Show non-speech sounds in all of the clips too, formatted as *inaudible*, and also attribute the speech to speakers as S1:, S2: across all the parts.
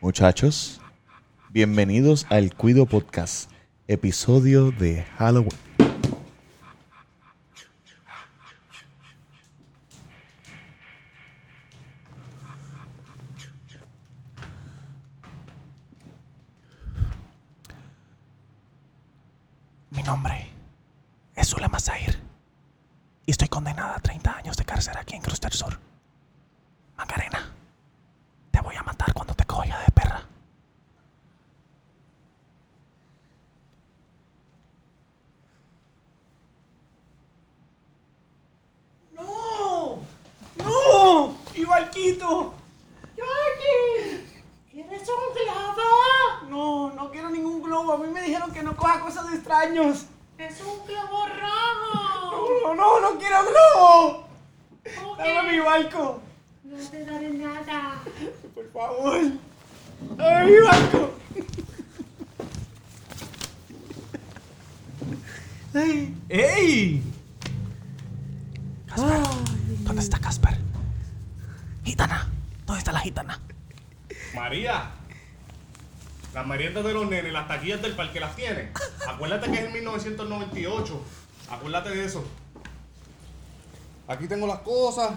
S1: Muchachos, bienvenidos al Cuido Podcast, episodio de Halloween.
S2: Mi nombre es Zulema Zahir y estoy condenada a 30 años de cárcel aquí en Cruz del Sur. Macarena, te voy a matar cuando te coja de perra.
S3: ¡No! ¡No! ¡Ibarquito! ¡Yorkie! ¿Quieres un globo? No, no quiero ningún globo. A mí me dijeron que no coja cosas de extraños.
S4: Es un globo rojo.
S3: No, no, no, no quiero globo.
S4: ¿Cómo que
S3: Dame mi barco.
S4: No te daré nada.
S3: Por favor. Dame mi barco. Ay.
S5: ¡Ey!
S2: Casper, ¿dónde está Casper? Gitana, ¿dónde está la gitana?
S5: María, las meriendas de los nenes, las taquillas del parque las tiene. Acuérdate que es en 1998. Acuérdate de eso. Aquí tengo las cosas.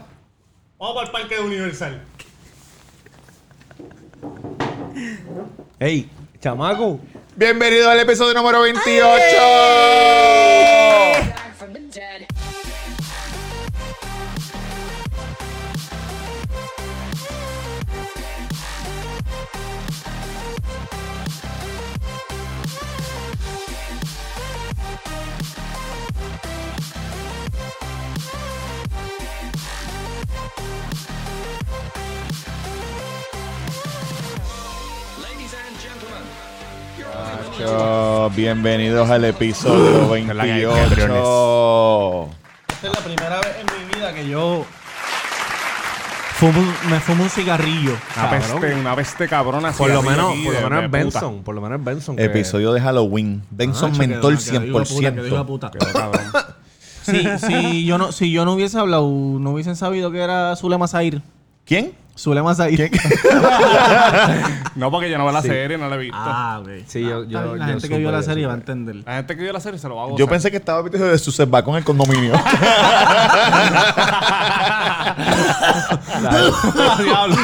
S5: Vamos para el parque de Universal.
S6: ¡Ey! ¡Chamaco!
S1: Bienvenido al episodio número 28. Muchachos, bienvenidos al
S6: Uh,
S1: episodio 28.
S6: Esta es la primera vez en mi vida que yo fumo, un- me fumo un cigarrillo.
S5: Una
S6: cabrón.
S5: peste, una peste cabrona.
S6: Por lo
S5: así,
S6: menos,
S5: aquí,
S6: por
S5: de-
S6: lo menos
S5: de
S6: es
S5: puta.
S6: Benson. Por lo menos es Benson. que-
S1: Episodio de Halloween. Benson
S2: Ah,
S6: Nacho, que-
S1: Mentol
S6: que digo la puta,
S1: 100%.
S6: que digo la puta.
S5: Quedó cabrón.
S2: Si, si, yo no, si yo no hubiese hablado, no hubiesen sabido que era Zulema Zahir.
S1: ¿Quién?
S2: Zulema Zahir.
S5: No, porque yo no veo la serie, no la he visto.
S2: Ah, ok.
S6: Sí, yo-
S2: Ah, la
S6: yo- yo
S2: gente que
S6: supe
S2: vio la
S6: de
S2: serie
S6: eso.
S2: va a entender.
S5: La gente que vio la serie se lo va a gozar.
S1: Yo
S5: *laughs*
S6: *laughs*
S1: pensé que estaba vestido de su va con el condominio.
S5: ¡Ah,
S2: *laughs*
S5: diablo!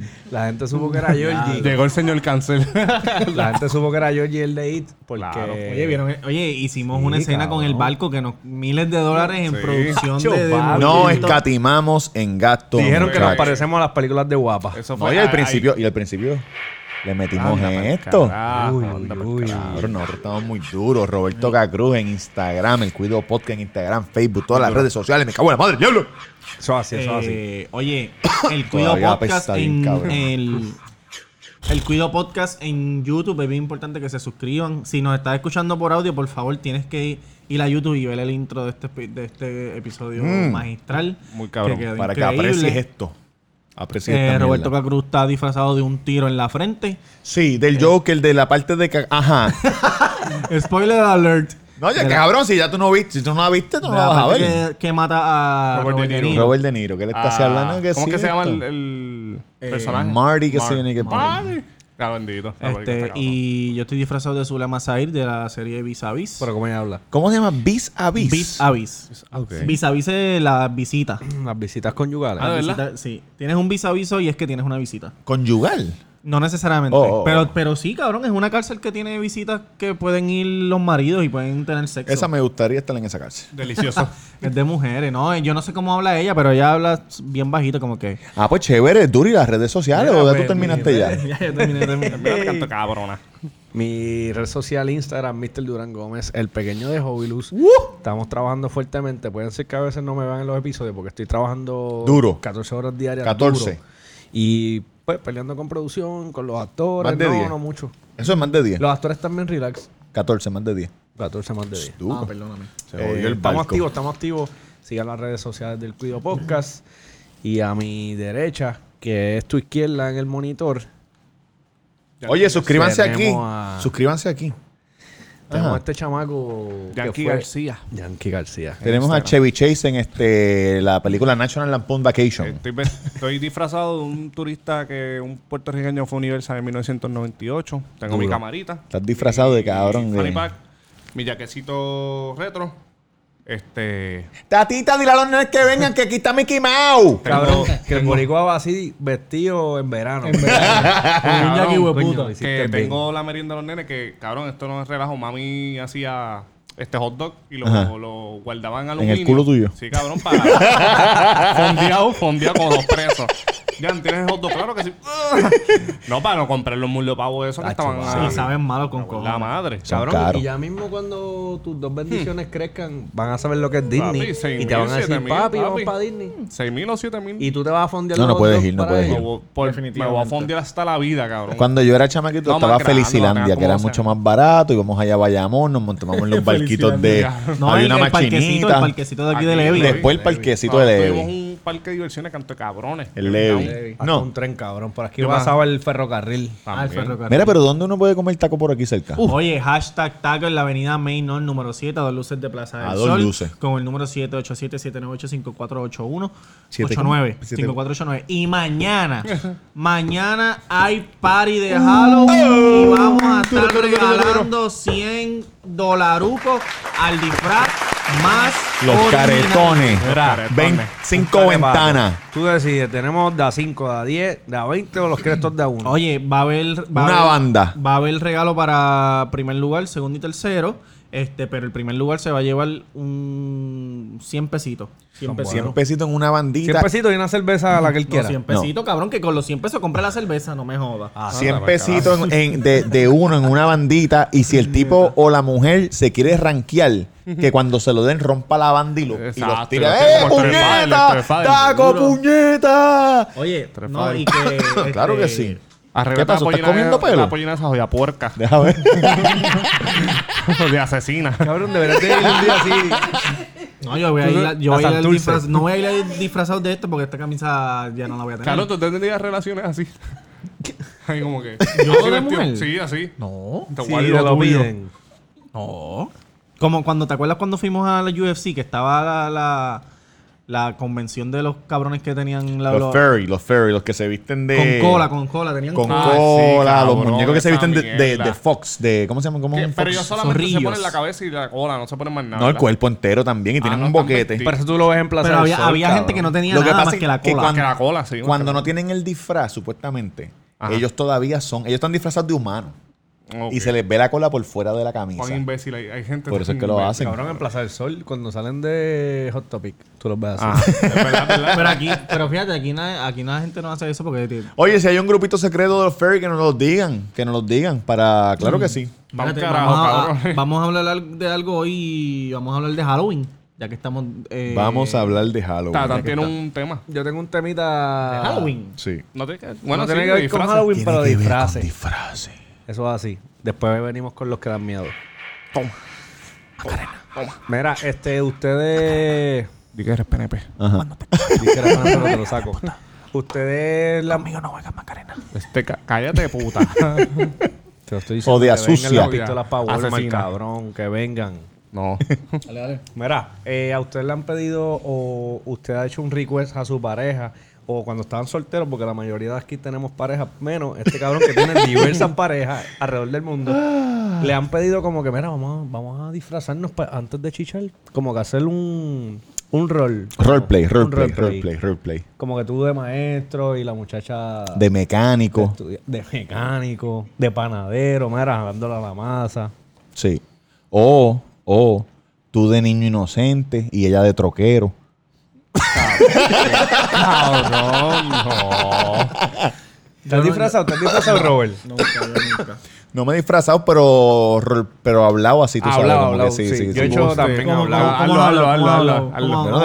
S6: *laughs* La gente supo que era Georgie.
S5: Llegó el señor Cancel.
S6: La gente supo que era Georgie el de It. Porque.
S5: Claro.
S2: Oye, ¿vieron? eh, Oye, hicimos
S6: Sí,
S2: una escena con el
S6: cabrón.
S2: barco que nos miles de dólares en
S5: Sí.
S2: producción
S6: Hacho,
S2: de, de
S6: vale.
S1: No
S2: movimiento.
S1: escatimamos en gasto.
S6: Dijeron que nos
S1: muchachos.
S6: parecemos a las películas de guapa.
S5: Eso
S1: No, y al
S5: ay,
S1: principio, y al principio le
S5: ay.
S1: metimos
S5: Anda
S1: en
S5: pa'l
S1: esto.
S5: carajo,
S6: Uy,
S5: anda pa'l
S6: uy,
S5: carajo.
S1: Cabrón, nosotros estamos muy duros. Roberto Cacruz en Instagram, el Cuido Podcast en Instagram, Facebook, todas las redes sociales. Me cago en la madre, diablo.
S6: Eso así, eso así.
S2: Eh,
S1: *coughs*
S2: oye, el Cuido
S1: Todavía
S2: Podcast
S1: apesta bien,
S2: en
S1: cabrón.
S2: el, el Cuido Podcast en YouTube es bien importante que se suscriban. Si nos estás escuchando por audio, por favor, tienes que ir a YouTube y ver el intro de este, espi- de este episodio
S1: Mm.
S2: magistral.
S5: Muy cabrón,
S2: quedó
S1: Para que
S2: increíble.
S1: aprecies esto. Aprecies
S2: Eh,
S1: esta
S2: Roberto
S1: mierda.
S2: Cacruz está disfrazado de un tiro en la frente. *laughs*
S1: Sí,
S2: Eh.
S1: del Joker, de la parte de... ca- Ajá.
S2: Spoiler alert.
S1: No, ya
S2: De la-
S1: cabrón, si ya tú no viste, si tú no la viste, tú
S2: de
S1: no
S2: la
S1: la vas a
S2: parte
S1: ver.
S2: Que, que mata a
S5: Robert De
S2: Robert De
S5: Niro.
S2: Niro.
S1: Robert De Niro, que le está así
S5: Ah,
S1: hablando que
S5: ¿Cómo
S1: sí,
S5: es que se llama el,
S1: esto.
S5: el
S6: Eh,
S5: personaje?
S1: Marty, que
S5: Mar-
S1: se viene que-
S5: Marty. Ah, bendito. Ah, porque
S2: Este,
S5: está
S2: y yo estoy disfrazado de Zulema Sair de la serie Vis a Vis.
S6: Pero ¿cómo ella habla?
S1: ¿Cómo se llama? Vis a Vis. Ah,
S2: Vis a Vis.
S6: Ok.
S2: Vis a vis es la visita.
S6: Las visitas conyugales.
S5: Ah, de
S2: Visita-
S5: verdad?
S2: sí. Tienes un vis a vis y es que tienes una visita.
S1: Conyugal.
S2: No necesariamente.
S1: Oh, oh, oh.
S2: Pero, pero sí, cabrón, es una cárcel que tiene visitas que pueden ir los maridos y pueden tener sexo.
S1: Esa me gustaría estar en esa cárcel.
S5: Delicioso.
S2: Es de mujeres, ¿no? Yo no sé cómo habla ella, pero ella habla bien bajito, como que.
S1: Ah, pues chévere, Duri, las redes sociales,
S6: Mira,
S1: o ya
S6: pues,
S1: tú terminaste ya.
S2: *laughs* ya, ya terminé,
S1: *laughs*
S2: terminé.
S6: *laughs*
S5: Mira, te canto cabrona.
S6: Mi red social Instagram, Mr. Durán Gómez, el pequeño de Hobby Luz. Estamos trabajando fuertemente. Pueden ser que a veces no me vean en los episodios porque estoy trabajando
S1: Duro.
S6: 14 horas diarias.
S1: 14.
S6: duro. Y pues peleando con producción, con los actores.
S1: Más de
S6: no,
S1: 10.
S6: no mucho.
S1: Eso es más de 10.
S6: Los actores también relax.
S1: 14, más de 10.
S6: 14 más de 10.
S2: Ah,
S1: Duro.
S2: perdóname.
S1: Se
S6: Eh,
S1: jodió el
S6: estamos
S1: barco.
S6: activos, estamos activos. Sigan las redes sociales del Cuido Podcast. Y a mi derecha, que es tu izquierda en el monitor,
S1: Oye, suscríbanse aquí.
S6: Tenemos a-
S1: Suscríbanse aquí.
S6: Tenemos
S1: Ajá.
S6: a este chamaco. que
S5: Yankee
S6: fue- Eh,
S5: García.
S6: Yankee García.
S1: Tenemos a Chevy Chase en este, la película National Lampoon Vacation.
S5: Estoy, ve- estoy disfrazado de un turista que un puertorriqueño fue universal en 1998. Tengo mi
S6: Duro.
S5: camarita.
S1: Estás disfrazado de cabrón.
S5: mi fanny
S1: De...
S5: pack, mi jaquecito retro. Este.
S1: Tatita, dile a los nenes que vengan, que aquí está Mickey Mouse.
S5: tengo-
S6: Cabrón, que el
S5: tengo-
S6: boricua va así vestido en verano. En *laughs*
S5: Cabrón,
S2: Un yaqui
S5: coño,
S2: hueputa.
S6: lo hiciste
S5: que
S6: bien.
S5: tengo la merienda de los nenes que, cabrón, esto no es relajo. Mami hacía este hot dog y lo,
S1: Ajá.
S5: lo guardaban en
S1: el
S5: aluminio.
S1: culo tuyo.
S5: Sí, cabrón, para... *laughs* fondeado, fondeado como dos presos. Ya, ¿tienes hot dog? Claro que sí. *laughs* no, para no comprar los muslos pavos esos que
S6: Tacho,
S5: estaban...
S6: sí,
S5: ahí.
S2: saben malo con
S5: La
S2: cojones.
S5: madre.
S1: Son
S6: Cabrón,
S1: caros.
S6: y ya mismo cuando tus dos bendiciones crezcan, van a saber lo que es Disney.
S5: Hmm. Papi, seis
S6: y te van
S5: mil,
S6: a decir,
S5: siete
S6: papi,
S5: mil,
S6: vamos
S5: papi". Hmm.
S6: para Disney.
S5: ¿6 mil o 7 mil?
S6: Y tú te vas a fondear
S1: No, no
S6: los
S1: puedes
S6: dos
S1: ir, no
S6: para
S1: puedes
S5: me
S1: ir.
S5: voy, por- me voy a fondear hasta la vida, cabrón.
S1: Cuando yo era chamaquito
S5: No,
S1: estaba
S5: más grande, más
S1: Felicilandia,
S5: grande,
S1: que era
S5: ¿cómo
S1: mucho
S5: se
S1: más barato. Íbamos allá a Bayamón, nos montamos en los barquitos de...
S2: No,
S1: había
S2: el,
S1: una
S2: el parquecito, el
S1: machinita.
S2: parquecito de aquí de
S5: Aquí,
S2: Levi.
S5: de-
S1: Después el parquecito de
S5: Nosotros
S1: Levi.
S5: Tuvimos un parque de diversiones canto de cabrones.
S1: El Levi.
S6: Levi.
S1: No.
S6: No. un tren, cabrón. Por aquí
S5: Yo
S6: pasaba el ferrocarril.
S2: Ah, el
S5: También.
S2: ferrocarril.
S1: Mira, pero ¿dónde uno puede comer taco por aquí cerca?
S2: Oye, hashtag taco en la avenida Main North número 7, a dos luces de Plaza del
S1: A dos
S2: Sol.
S1: luces.
S2: Con el número 787-798-5481.
S1: Siete,
S2: 89,
S1: ¿cómo? Siete.
S2: 5489. Y
S5: *laughs*
S2: mañana, mañana hay party de Halloween y vamos a estar regalando 100 dolarucos al disfraz más
S1: Los
S2: original.
S1: caretones.
S6: Mira,
S1: Ven, cinco ventanas.
S6: Tú decides, tenemos da 5, da 10, da 20 o los créditos da 1.
S2: Oye, va a haber. va a
S1: Una
S2: haber-
S1: banda.
S2: Va a haber regalo para primer lugar, segundo y tercero. Este, pero el primer lugar se va a llevar un 100 pesitos. 100 pesitos.
S1: 100 pesitos en una bandita.
S6: 100 pesitos y una cerveza a la que él
S2: No,
S6: quiera.
S2: 100 pesitos, cabrón, que con los 100 pesos compra la cerveza, no me jodas.
S5: Ah,
S1: 100 pesitos en- en- de, de uno en una bandita y si el tipo o la mujer se quiere ranquear, que cuando se lo den rompa la banda y lo, y
S5: Exacto,
S1: los tira.
S5: y lo tira
S1: ¡Eh,
S5: como el trefal, el
S1: puñeta!
S5: trefal,
S1: ¡Taco,
S2: seguro.
S1: puñeta!
S2: Oye,
S5: Tres
S2: no,
S5: padres.
S2: y que. este,
S1: *laughs* Claro que sí.
S5: Arregla
S1: ¿Qué pasó?
S5: la
S1: ¿Estás
S5: pollina
S1: comiendo
S5: de- La
S1: pelo?
S5: pollina esa joya puerca
S1: Deja ver.
S5: *laughs* de asesina.
S6: Cabrón, deberías de ir un día así.
S2: No, yo voy a ir, a- yo
S6: A
S2: voy a ir al
S6: Santurce.
S2: disfraz- No voy a ir disfrazado de esto porque esta camisa ya no la voy a tener.
S5: Carlos, ¿tú tendrías relaciones así? Ahí como que...
S2: ¿Yo
S5: así
S2: de
S5: vestido.
S2: mujer?
S5: Sí, así.
S2: No.
S5: Te
S6: Sí,
S5: guardo
S6: te lo
S5: tuyo.
S6: piden.
S2: No. Como cuando, ¿te acuerdas cuando fuimos a la UFC? Que estaba la, la, la convención de los cabrones que tenían *laughs* la,
S1: Los furry, los furry, los que se visten de.
S2: Con cola, con cola. Tenían
S1: Con
S5: Ah, sí,
S1: cola, los
S5: cabrón,
S1: muñecos que se
S5: esa
S1: visten de, de-
S5: mierda.
S1: de Fox, de. ¿Cómo se llama? ¿Cómo
S5: Que-
S1: un
S5: pero
S1: Fox?
S5: ellos solamente se
S2: zorrillos.
S5: ponen la cabeza y la cola, no se ponen más nada.
S1: No, el
S5: ¿verdad? Ah,
S1: cuerpo entero también y tienen
S5: no
S1: un
S5: están
S1: boquete.
S5: vestidos.
S6: Por eso tú lo ves en Plaza
S2: Pero
S6: del
S2: había,
S6: Sol,
S2: había gente
S6: cabrón.
S2: que no tenía
S1: Lo que
S2: nada
S1: pasa
S2: más
S1: es
S2: que la
S1: que
S2: cola.
S5: Más que la cola, sí. más
S1: Cuando
S5: que
S1: no tienen el disfraz, supuestamente,
S5: Ajá.
S1: ellos todavía son. Ellos están disfrazados de humanos.
S5: la-
S1: Y
S5: Ok.
S1: se les ve la cola por fuera de la
S5: Cuán
S1: camisa.
S5: imbécil hay, hay gente.
S1: Por eso es que lo
S5: imbécil.
S1: hacen.
S6: Cabrón, en Plaza del Sol, cuando salen de Hot Topic, tú los ves así.
S5: Ah, es verdad, es verdad.
S2: Pero aquí, pero fíjate, aquí na- aquí la gente no hace eso porque tiene-
S1: Oye, si hay un grupito secreto de los fairy que nos lo digan, que nos lo digan, para. Claro que sí.
S6: Mm.
S5: Va un
S2: Espérate,
S5: carajo,
S2: vamos, a,
S5: cabrón.
S2: vamos a hablar al- de algo hoy y vamos a hablar de Halloween, ya que estamos eh,
S1: Vamos a hablar de Halloween.
S5: Tatán
S1: Ya que
S5: tiene
S1: está.
S5: un tema.
S6: Yo tengo un temita.
S2: de Halloween.
S1: Sí.
S5: No tiene que
S6: Bueno,
S5: Bueno, sí,
S6: tiene que
S5: de
S6: ver con
S5: disfraces.
S6: Halloween,
S1: Tiene
S6: pero
S1: que ver con
S6: disfraces.
S1: disfraces.
S6: Eso es así. Después venimos con los que dan miedo. Mira, este, ustedes.
S5: Di que eres PNP.
S1: Ajá.
S6: Dije que era pana, pero te lo saco. Ustedes. La...
S2: Amigo, no juegas Macarena.
S5: Este, ca- cállate, puta.
S6: Te lo estoy
S1: O de
S6: que vengan
S1: azucia.
S6: las pistolas pa' Walmart,
S5: Asesina.
S6: cabrón. Que vengan.
S5: no.
S6: Mira, eh, a usted le han pedido o usted ha hecho un request a su pareja o cuando estaban solteros, porque la mayoría de aquí tenemos parejas, menos este cabrón que tiene diversas parejas alrededor del mundo, le han pedido como que, mira, vamos, a- vamos a disfrazarnos pa- antes de chichar, como que hacer un, un rol.
S1: Roleplay, roleplay,
S6: Un roleplay.
S1: roleplay, roleplay.
S6: Como que tú de maestro y la muchacha
S1: De
S6: de
S1: mecánico.
S6: estudi- de mecánico, de panadero, mira, dándole a la masa.
S1: Sí. O, o, tú de niño inocente y ella de troquero.
S5: Cabrón, no.
S6: *laughs* ¿Estás disfrazado? ¿Estás disfrazado, Robert?
S1: No me he disfrazado, pero, rol- pero hablado así, tú sabes.
S6: Hablado,
S1: como que
S6: hablado, sí. Yo he hecho
S1: Sí.
S6: también
S5: ¿Cómo,
S6: hablado.
S5: cómo, cómo
S2: Hazlo,
S5: hablo,
S2: hazlo,
S5: hablo,
S2: hazlo.
S5: hablo?
S1: Bueno,
S2: ¿Cómo? más o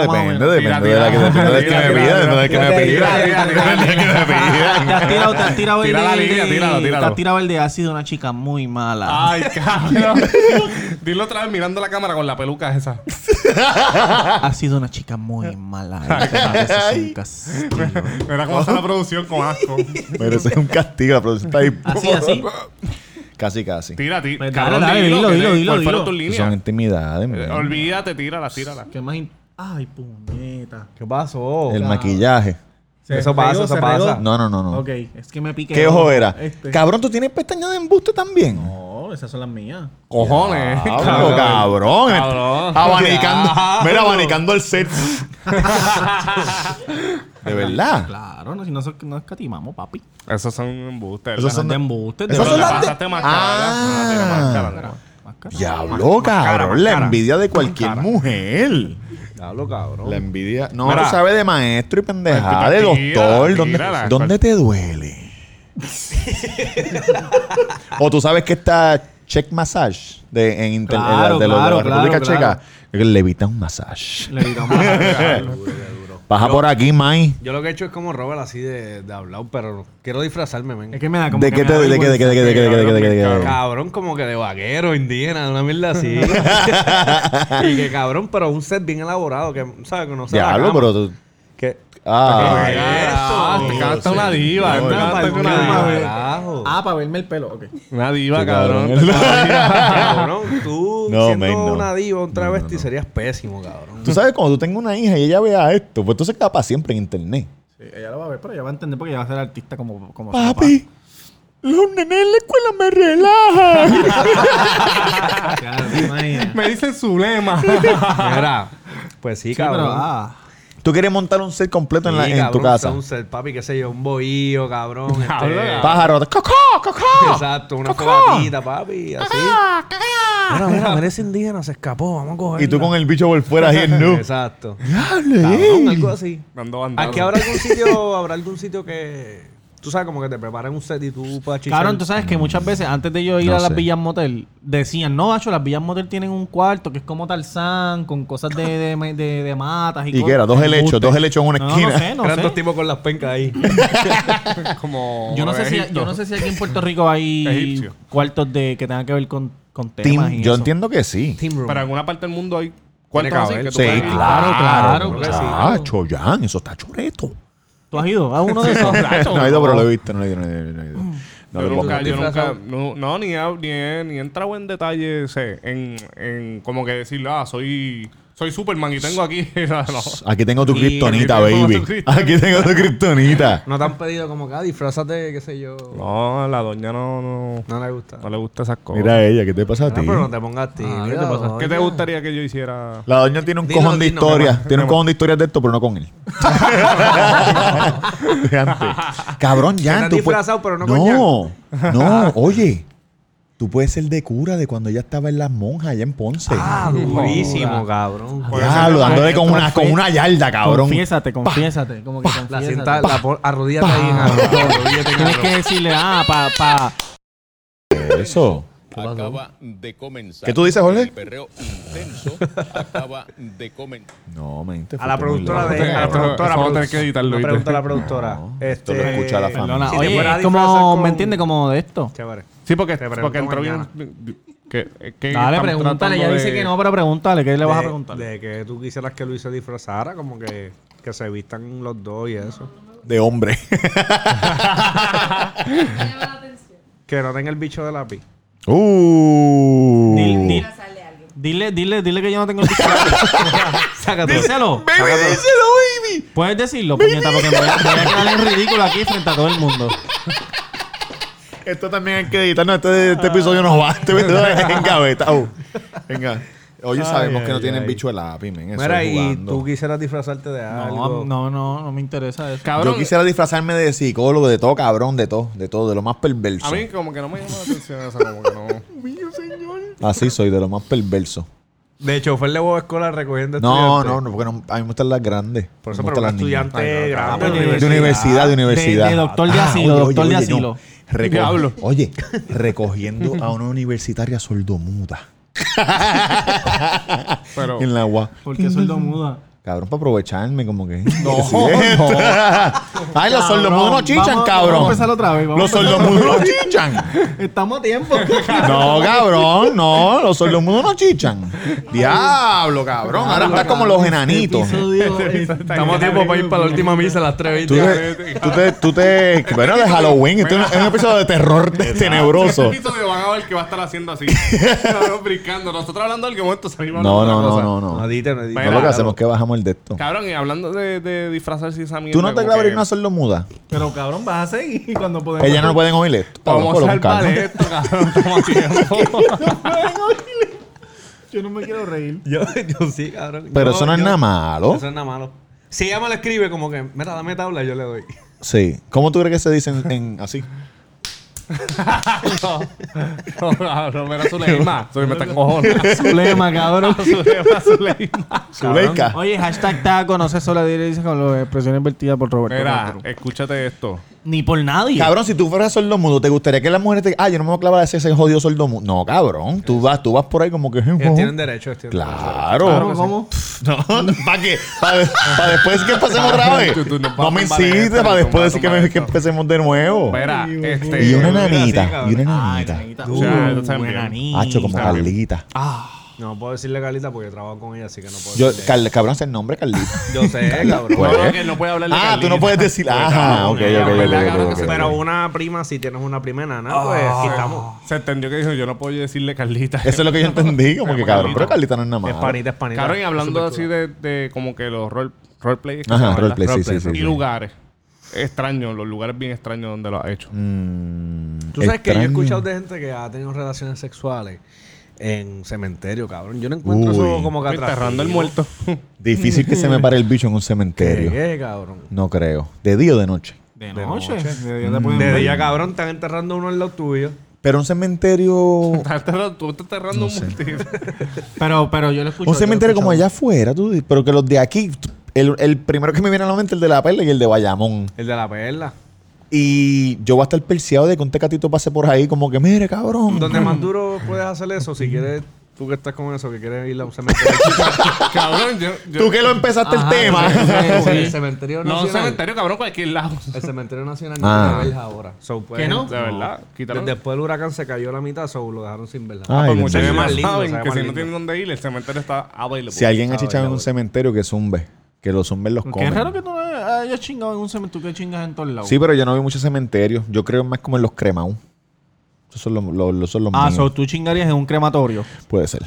S1: depende,
S2: *laughs* menos.
S1: depende de
S5: Tira,
S1: la que
S5: tira,
S1: depende del que
S5: tira,
S1: me
S5: tira,
S1: pida, depende del que me pida,
S6: tira, tira, tira, tira,
S1: depende del que me pida.
S2: Te has tirado, te has
S1: *laughs*
S2: tirado el
S5: Tira la
S2: de-
S5: línea,
S2: de-
S5: tíralo, tíralo.
S2: Te has tirado el de ácido de una chica muy mala.
S5: Ay, cabrón. *laughs* Dilo otra vez mirando la cámara con la peluca
S1: *laughs*
S5: esa.
S2: Ha sido una chica muy
S5: *laughs*
S2: mala. y te mereces un castigo.
S1: Oh.
S5: Mira cómo está la producción con asco. *laughs*
S1: Merece un castigo, la producción está ahí.
S2: Así, así.
S1: *laughs* Casi, casi.
S5: Tira, ti-
S2: Pues
S5: cabrón,
S2: dale, dale, dilo, dilo,
S5: ¿Cuál
S2: dilo, dilo.
S5: fueron tus
S1: Eso Son
S5: líneas?
S1: intimidades.
S5: Eh,
S1: mira.
S5: Olvídate, tírala, tírala.
S2: ¿Qué más? in- Ay, puñeta.
S6: ¿Qué pasó?
S1: El maquillaje.
S2: Se
S6: Eso
S2: regó,
S6: pasa, eso
S2: se
S6: pasa.
S2: regó.
S1: No, no, no, no.
S2: Ok, es que me piqué.
S1: ¿Qué ojo era?
S2: Este.
S1: Cabrón, ¿tú tienes pestañas de embuste también?
S2: No, esas son las mías.
S5: Cojones.
S1: Ah, pero cabrón.
S5: Cabrón.
S1: Abanicando.
S5: Claro.
S1: Mira, abanicando el set. de verdad.
S2: Claro, no, si no, no escatimamos, papi.
S5: Esos son embustes.
S1: Esos son
S2: de
S1: de-
S2: embuste.
S1: Esos
S5: Pero
S1: son
S5: la
S1: las de-
S5: pasaste más cara.
S1: Ah.
S5: No, tiene más cara, no.
S1: Diablo,
S5: más
S1: cabrón. La
S5: cara.
S1: envidia de cualquier mujer.
S6: Hablo, cabrón.
S1: La envidia. No,
S5: Mira.
S1: tú sabes de maestro y pendejada,
S5: Pues,
S1: de
S5: tírala,
S1: doctor. ¿Dónde,
S5: tírala.
S1: dónde te duele? o tú sabes que está check massage de, en inter-
S2: Claro,
S1: de, la- de la- de la
S2: claro,
S1: República
S2: claro,
S1: Checa. Levita un massage.
S2: Le quitamos
S1: *laughs*
S2: la-
S1: Baja por aquí, Mai.
S6: Yo lo que he hecho es como Robert así de, de hablar, pero quiero disfrazarme, men.
S2: Es que me da Ah, como
S1: ¿De
S2: que
S1: qué
S2: me
S1: te
S2: da
S1: de qué, de qué, de qué, de qué, de qué, de qué, de qué, de qué?
S6: Cabrón, como que de vaquero, indígena, una mierda así. *laughs* y que cabrón, pero un set bien elaborado, que, ¿sabes? Que no se
S1: Diablo,
S6: la
S1: pero tú.
S6: Que,
S1: Ah,
S5: Ah, te canta una diva. Te canta
S6: Ay,
S5: una diva.
S6: carajo.
S2: Ah, para verme el pelo, ok.
S5: Una diva,
S1: Sí,
S5: cabrón.
S1: cabrón.
S2: *laughs*
S1: *laughs*
S5: Te canta una diva.
S6: Cabrón, tú
S1: No,
S6: siendo
S1: men, no.
S6: una diva, un
S1: No,
S6: travesti,
S1: no, no.
S6: serías pésimo, cabrón.
S1: tú sabes cuando tú tengas una hija y ella vea esto, pues tú se queda para siempre en internet.
S2: Sí, ella lo va a ver, pero ella va a entender porque ella va a ser artista como. como su
S1: Papi, los nenes en la escuela me relajan.
S2: papá. Claro, te imaginas.
S5: Me dicen su lema.
S6: Mira, pues sí,
S2: Sí,
S6: cabrón.
S2: pero. Ah.
S1: *laughs* ¿Tú quieres montar un set completo en, la-
S6: Sí,
S1: en tu
S6: cabrón,
S1: casa?
S6: Un set, papi, qué sé yo, un bohío,
S2: *laughs*
S6: cabrón. este,
S5: Habla.
S1: Pájaro. ¡Cocó, cocó!
S6: Exacto, una fogatita, papi, así. Mira, mira, mira, ese indígena se escapó, vamos a coger.
S1: Y tú con el bicho por fuera ahí en nu.
S6: Exacto.
S1: Diablo,
S6: Cabrón,
S1: ey.
S6: algo así.
S5: Dando bandazo.
S6: Aquí habrá algún sitio, habrá algún sitio que tú sabes como que te preparan un set y tú puedas chichar.
S2: Cabrón, tú sabes que muchas veces antes de yo ir
S1: No
S2: a las
S1: sé.
S2: Villas Motel, decían, no, Hacho, las Villas Motel tienen un cuarto que es como Tarzán, con cosas de, de, de- de matas y,
S1: ¿Y qué era? Dos helechos, dos helechos en una
S2: No, no
S1: esquina.
S2: sé, no
S6: Eran
S2: sé.
S6: dos tipos con las
S2: *laughs*
S6: pencas ahí.
S5: Como
S2: Yo no, sé si,
S5: Egipto.
S2: yo no sé si aquí en Puerto Rico hay
S5: Egipcio.
S2: cuartos de que tengan que ver con, con
S1: Team,
S2: temas y
S1: yo
S2: eso.
S1: entiendo que sí.
S6: Team room.
S5: Pero en alguna parte del mundo hay
S6: Tiene que
S5: cuartos así
S6: haber.
S5: que tú
S1: Sí,
S5: puedes ir.
S1: claro, claro.
S2: claro, claro.
S1: Chacho, Jan, eso está chureto.
S2: ¿Tú has ido a
S1: *laughs*
S2: uno de esos?
S1: No he ido, pero lo he visto. No he ido, no he ido, no he ido. No
S5: yo
S1: lo puedo
S5: nunca, yo
S1: mentir.
S5: nunca, no, no, ni, he, ni, he, ni he entrado en detalle sé, en, en como que decirle, ah, soy, soy Superman y tengo aquí. *laughs* no, no.
S1: Aquí tengo tu
S6: Y-
S1: kriptonita,
S5: aquí tengo
S1: baby.
S5: tu kriptonita.
S1: Aquí tengo tu kriptonita.
S6: No te han pedido como que ah, disfrázate, qué sé yo. No,
S5: No, la doña no, no,
S6: le gusta.
S5: no le gusta esas cosas.
S1: Mira ella, ¿qué te pasa a
S6: Ah,
S1: ti?
S6: pero no te pongas tímido.
S5: Ah, ¿Qué te, pasa? ¿Qué te
S6: oye.
S5: gustaría que yo hiciera?
S1: La doña tiene un
S6: Dino,
S1: cojón de
S6: dino,
S1: historias.
S6: mamá.
S1: Tiene un cojón de historias de esto, pero no con él.
S6: *laughs*
S1: De antes. Cabrón, Jan,
S6: estás
S1: tú puedes...
S6: disfrazado, pero no con
S1: No,
S6: *laughs*
S1: no, oye. Tú puedes ser de cura de cuando ella estaba en las monjas allá en Ponce.
S6: Ah, durísimo, cabrón.
S5: Por eso
S1: Ah, Diablo,
S5: yo-
S1: dándole con una,
S6: Confie-
S1: con una yarda, cabrón.
S2: Confiésate, confiésate. Como que
S6: La
S2: confiésate.
S6: cinta, la pon- arrodíllate
S1: Pa.
S6: ahí en arrodíllate,
S2: Tienes
S1: *laughs*
S2: que decirle, ah, pa, pa.
S1: Eso.
S7: Acaba de comenzar.
S1: ¿Qué tú dices, Jorge?
S7: El perreo intenso acaba de comenzar.
S1: No, me
S6: A la productora de. A la
S5: Esto-
S6: productora.
S5: esto vamos a tener
S6: produ-
S5: que editarlo,
S6: Una pregunta a la
S5: ¿viste?
S6: productora.
S1: No, esto lo
S6: este,
S1: escucha la familia.
S2: Perdona,
S6: Si te
S2: oye,
S6: fueras
S2: es
S6: a disfrazar
S2: como,
S6: con-
S2: ¿me entiendes? Como de esto.
S6: Chévere.
S5: Sí, porque,
S6: Te pregunto
S5: porque entró
S6: mañana.
S5: bien. Que, que
S2: Dale,
S5: estamos
S2: pregúntale. Ella
S5: tratando
S2: dice
S5: de-
S2: que no, pero pregúntale. ¿Qué le vas a
S6: De-
S2: preguntar?
S6: De que tú quisieras que Luis se disfrazara, como que, que se vistan los dos y eso.
S1: De
S6: *laughs*
S1: hombre.
S4: Me llama la atención.
S6: Que no tenga el bicho de lápiz.
S1: Uh.
S2: Dil- dil-
S4: Sale alguien.
S2: Dile, dile, dile que yo no tengo el
S6: *laughs*
S2: pico. Díselo. Puedes decirlo, puñeta, porque me voy a, me voy a quedar en ridículo aquí frente a todo el mundo.
S1: Esto también hay que editar. No, este, este episodio nos va. Este episodio es engavetado. Venga. Oye, sabemos que no tienen bicho de lápiz, men. Eso
S6: Mira,
S1: es
S6: y
S1: jugando.
S6: tú quisieras disfrazarte de
S2: No,
S6: algo.
S2: no, no, no me interesa eso.
S5: Cabrón,
S1: Yo quisiera disfrazarme de psicólogo, de todo cabrón, de todo, de todo, de lo más perverso.
S5: A mí como que no me llama la atención eso, como que no.
S1: Así soy, de lo más perverso.
S6: De chofer de Bob Escolar recogiendo
S1: No,
S6: estudiantes.
S1: no, no, porque no- a mí me gustan las grandes.
S6: Por eso,
S1: me
S6: pero
S1: gustan
S6: un
S1: las niñas.
S6: estudiante
S5: Ay, no,
S6: grande.
S2: no, no,
S1: De universidad, de universidad.
S2: Ah,
S1: Ah,
S2: de doctor de asilo, doctor de
S1: no.
S2: asilo.
S1: Reco-
S5: Diablo.
S1: Oye, recogiendo a una universitaria
S6: *laughs*
S1: sordomuda
S5: Pero
S1: en la UA.
S2: Porque soy muda.
S1: Cabrón, para aprovecharme, como que.
S2: *laughs* No,
S1: *laughs* ¿qué es esto? Ay, los sordomudos no chichan,
S2: vamos-
S1: cabrón.
S2: vamos a empezar otra vez, vamos
S1: Los
S2: a empezar
S1: sordomudos no chichan.
S2: Estamos
S1: *laughs*
S2: a tiempo.
S1: No, cabrón, no. Los sordomudos no chichan. Diablo, cabrón. Ahora estás como los enanitos.
S2: Este *laughs*
S6: Estamos a tiempo para ir para la última misa a las 3
S1: Tú te, tú te, tú te- bueno, de Halloween, este es un- es un episodio de terror de- tenebroso.
S5: Este episodio van a ver que va a estar haciendo *laughs* así. Cabrón, brincando. Nosotros hablando del que este momento salimos
S1: No,
S5: hablando
S1: no,
S5: de otra
S1: no, no,
S5: cosa.
S1: no.
S6: No
S1: No
S6: editen, no editen.
S5: Mira,
S1: lo que hacemos es que bajamos el de esto.
S5: Cabrón, y hablando de, de disfrazarse y esa mierda.
S1: Tú no te
S5: como
S1: clavas
S5: que
S1: en una sordomuda.
S2: Pero cabrón, vas a seguir cuando podemos.
S1: Ellas no pueden oír esto. Cabrón,
S5: Vamos a
S1: por un
S5: salvar
S1: calma. *laughs*
S5: esto, cabrón. Toma tiempo. *laughs*
S2: Yo no me quiero reír.
S6: Yo, yo sí, cabrón.
S1: Pero
S6: Yo-
S1: eso no es
S6: yo-
S1: nada malo.
S6: Eso no es nada malo. Si ella me lo escribe como que, mira, dame tabla, yo le doy.
S1: Sí. ¿Cómo tú crees que se dicen en, así?
S5: *laughs* No, cabrón, mira Zuleima.
S6: *laughs*
S5: Zuleima está cojones.
S2: Zulema,
S5: *laughs*
S2: cabrón.
S5: Zuleima,
S6: *laughs*
S5: Zuleima.
S1: Zuleika.
S2: *laughs* Oye, hashtag taco, no se solo dice con las expresiones vertidas por Roberto.
S5: Mira,
S2: Castro.
S5: escúchate esto.
S2: Ni por nadie.
S1: Cabrón, si tú fueras sordomudo, ¿te gustaría que las mujeres te... Ah, yo no me voy a clavar a ese, ese jodido sordomudo. No, cabrón. Tú vas, tú vas por ahí como que... "Eh,
S6: Ellos tienen derecho. ellos tienen
S1: Claro.
S2: ¿Cómo? ¿Cómo?
S5: *laughs*
S1: ¿Para qué? ¿Para después que empecemos otra vez?
S5: Tú- tú nos vas
S1: No
S5: a
S1: me
S5: tumbar
S1: insistes
S5: esto,
S1: para
S5: nos
S1: después
S5: vas a
S1: decir que,
S5: tumbar
S1: me- que
S5: esto.
S1: empezamos de nuevo.
S5: Mira, este.
S1: Y una
S5: mira, sí,
S1: nanita.
S6: cabrón.
S1: Y una
S2: Ay,
S1: nanita.
S2: nanita.
S5: O sea, tú sabes
S2: buena
S5: bien.
S2: nanita.
S1: Hacho, como Carlita.
S6: derecho. No puedo decirle Carlita porque yo trabajo con ella, así que no puedo.
S1: Yo,
S6: decirle.
S1: Carl- cabrón, es el nombre Carlita.
S6: yo sé, cabrón.
S1: Pues.
S5: No, que no puede hablar de
S1: Ah, tú
S5: Carlita. Pues,
S1: no puedes decir... Ajá, Ah, ok, ok,
S5: cabrón,
S1: ok,
S5: ¿verdad,
S1: ok,
S5: cabrón, que
S1: ok,
S5: se-
S1: ok.
S6: Pero una prima, si tienes una prima enana, pues
S2: Ah.
S6: aquí estamos.
S5: *laughs* Se entendió que dijo, yo no puedo decirle Carlita.
S1: Eso es lo que yo entendí, como que cabrón. Pero Carlita no es nada
S6: Es
S1: malo.
S6: panita, es panita.
S5: Cabrón, y hablando
S6: Súper
S5: así de, de como que los role, roleplay. que se
S1: Ajá,
S5: llama, ¿verdad?
S1: roleplay, sí, sí, sí,
S5: Y
S1: sí.
S5: lugares. Extraños, los lugares bien extraños donde lo ha hecho.
S1: Mm,
S6: Tú sabes que yo he
S1: extraño.
S6: escuchado de gente que ha tenido relaciones sexuales en cementerio, cabrón. Yo no encuentro eso
S1: Uy.
S6: como que
S5: Enterrando el
S6: atractivo.
S5: muerto. *laughs*
S1: Difícil que se me pare el bicho en un
S6: ¿Qué, *laughs*
S1: cementerio.
S6: qué, cabrón?
S1: No creo. ¿De día o de noche?
S2: De noche. De
S1: Mm.
S2: día te pueden
S6: De
S2: ver.
S6: día, cabrón, están enterrando uno en lo tuyo.
S1: Pero un cementerio.
S5: Estás enterrando- Tú estás enterrando
S1: *laughs*
S5: un muertito.
S2: Pero, pero yo lo escucho.
S1: un
S2: yo lo
S1: cementerio
S2: he
S1: como allá
S2: escuchado.
S1: afuera, tú dices, Pero que los de aquí. t- El, el primero que me viene a la mente el de la perla y el de Bayamón.
S6: El de la perla.
S1: Y yo voy a estar perseado de que un tecatito pase por ahí, como que, mire, cabrón.
S6: Donde más duro puedes hacer eso, si quieres, tú que estás con eso, que quieres ir a un cementerio.
S5: Cabrón, yo. yo-
S1: Tú que lo empezaste
S2: Ajá,
S1: el
S6: Ah,
S1: tema.
S2: *laughs* sí, sí,
S6: el
S2: sí.
S5: No,
S6: cementerio
S5: un
S6: nacional.
S5: cementerio, cabrón, cualquier lado.
S6: El cementerio nacional
S1: Ah.
S6: no tiene verja ahora. So, pues,
S2: ¿Que no?
S5: De verdad, quítalo.
S6: de- Después del huracán se cayó la mitad, so, lo dejaron sin verja.
S1: Ay,
S5: Pues
S1: Dios
S5: muchachos
S1: mío.
S6: ve más
S5: ya
S6: lindo,
S5: saben
S6: se ve
S5: que
S6: más
S5: si no
S6: lindo.
S5: tienen dónde ir, el cementerio está available.
S1: si alguien ha chichado en
S6: Ay,
S1: un
S6: ya,
S1: cementerio, que zumbe. Que los zumbes los
S2: Qué
S1: comen.
S2: raro que tú no hayas chingado en un cementerio. Tú que chingas en todos lados.
S1: Sí, pero yo no vi muchos cementerios. Yo creo más como en los cremaú. Esos son los, los, los- son los
S2: Ah,
S1: míos.
S2: so, tú chingarías en un crematorio.
S1: Puede
S2: *laughs*
S1: ser.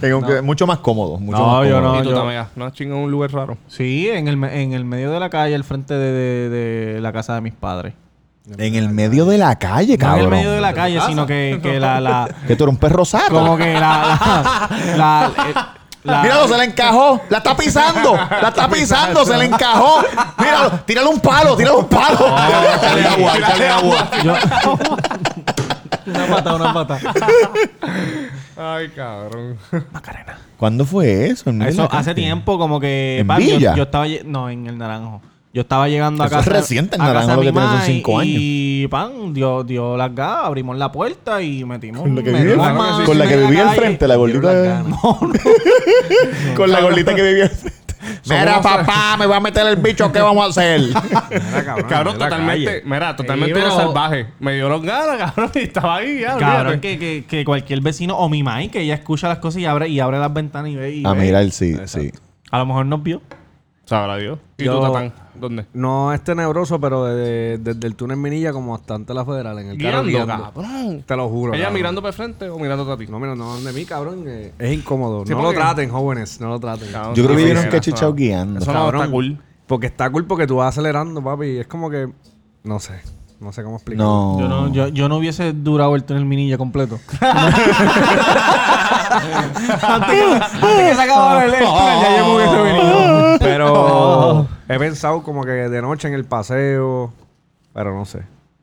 S1: Tengo que- mucho más cómodo. Mucho
S2: No,
S1: más
S2: yo
S1: cómodo.
S2: no.
S5: Y tú también, no has chingado en un lugar raro.
S2: Sí, en el, me- en el medio de la calle, al frente de, de- de la casa de mis padres.
S1: En el medio de la calle,
S2: No
S1: cabrón.
S2: en el medio de la calle, sino que, que la, la-
S1: Que tú eres un perro saco.
S2: Como que la... la, la, eh, la-
S1: Míralo, se le encajó. La está pisando. La está pisando. se le encajó. Míralo. Tírale un palo. Tírale un palo. Échale agua. Échale agua.
S2: yo- una pata, una pata.
S5: Ay, cabrón.
S8: Macarena.
S1: ¿Cuándo fue eso? En medio de
S2: Eso
S1: la
S2: hace
S1: calle.
S2: tiempo como que...
S1: ¿En
S2: papi, yo-
S1: Villa?
S2: Yo, estaba... lle- No, en el Naranjo. Yo estaba llegando a
S1: Eso es
S2: casa...
S1: reciente, el
S2: a casa
S1: Naranjo,
S2: de
S1: lo que
S2: mi
S1: tiene son
S2: ma,
S1: cinco
S2: Y pan, dio, dio las gas, abrimos la puerta y metimos...
S1: Con la que
S2: metimos
S1: vivía,
S2: mano
S1: con la que
S2: en
S1: vivía al
S2: calle.
S1: frente, la gordita. *laughs* Con la gordita que vivía al frente. Mira, papá, me va a meter el bicho. ¿Qué vamos a
S2: *laughs*
S1: hacer?
S6: Mira, cabrón,
S5: Pues Cabrón,
S6: mira la
S5: totalmente.
S6: calle.
S5: Mira, totalmente
S2: Sí,
S5: uno
S2: pero-
S5: salvaje. Me dieron ganas, *laughs* cabrón, y estaba ahí ya.
S2: Cabrón,
S5: olvídate.
S2: que, que, que cualquier vecino o mi mai que ella escucha las cosas y abre, y abre las ventanas y ve. Y
S1: A
S2: ve.
S1: mirar, Ah, sí, sí.
S2: A lo mejor nos vio.
S5: Sabrá Dios. ¿Y
S6: Yo-
S5: tú, Tatán? ¿Dónde?
S6: No es tenebroso, pero de- desde el túnel Minilla como hasta ante la federal, en el carro
S5: Guiando,
S6: guiando.
S5: cabrón.
S6: Te lo juro.
S5: ¿Ella
S6: cabrón.
S5: mirando para el frente o mirando a ti?
S6: No, mira, no, de mí, cabrón. eh, es incómodo.
S5: Sí,
S6: no lo
S5: porque-
S6: traten, jóvenes. No lo traten.
S5: Cabrón,
S1: Yo creo que
S5: sí,
S1: vieron
S5: sí,
S1: que
S5: eso
S1: Chichao
S5: no.
S1: guiando.
S5: Eso no está cool.
S6: Porque está cool porque tú vas acelerando, papi. y Es como que. No sé. No sé cómo explicarlo.
S1: No.
S2: Yo, no, yo, yo no hubiese durado el túnel minilla completo. Ah,
S6: que se acabó el *laughs* ya llevo
S2: *laughs*
S6: Pero he pensado como que de noche en el paseo. Pero no sé.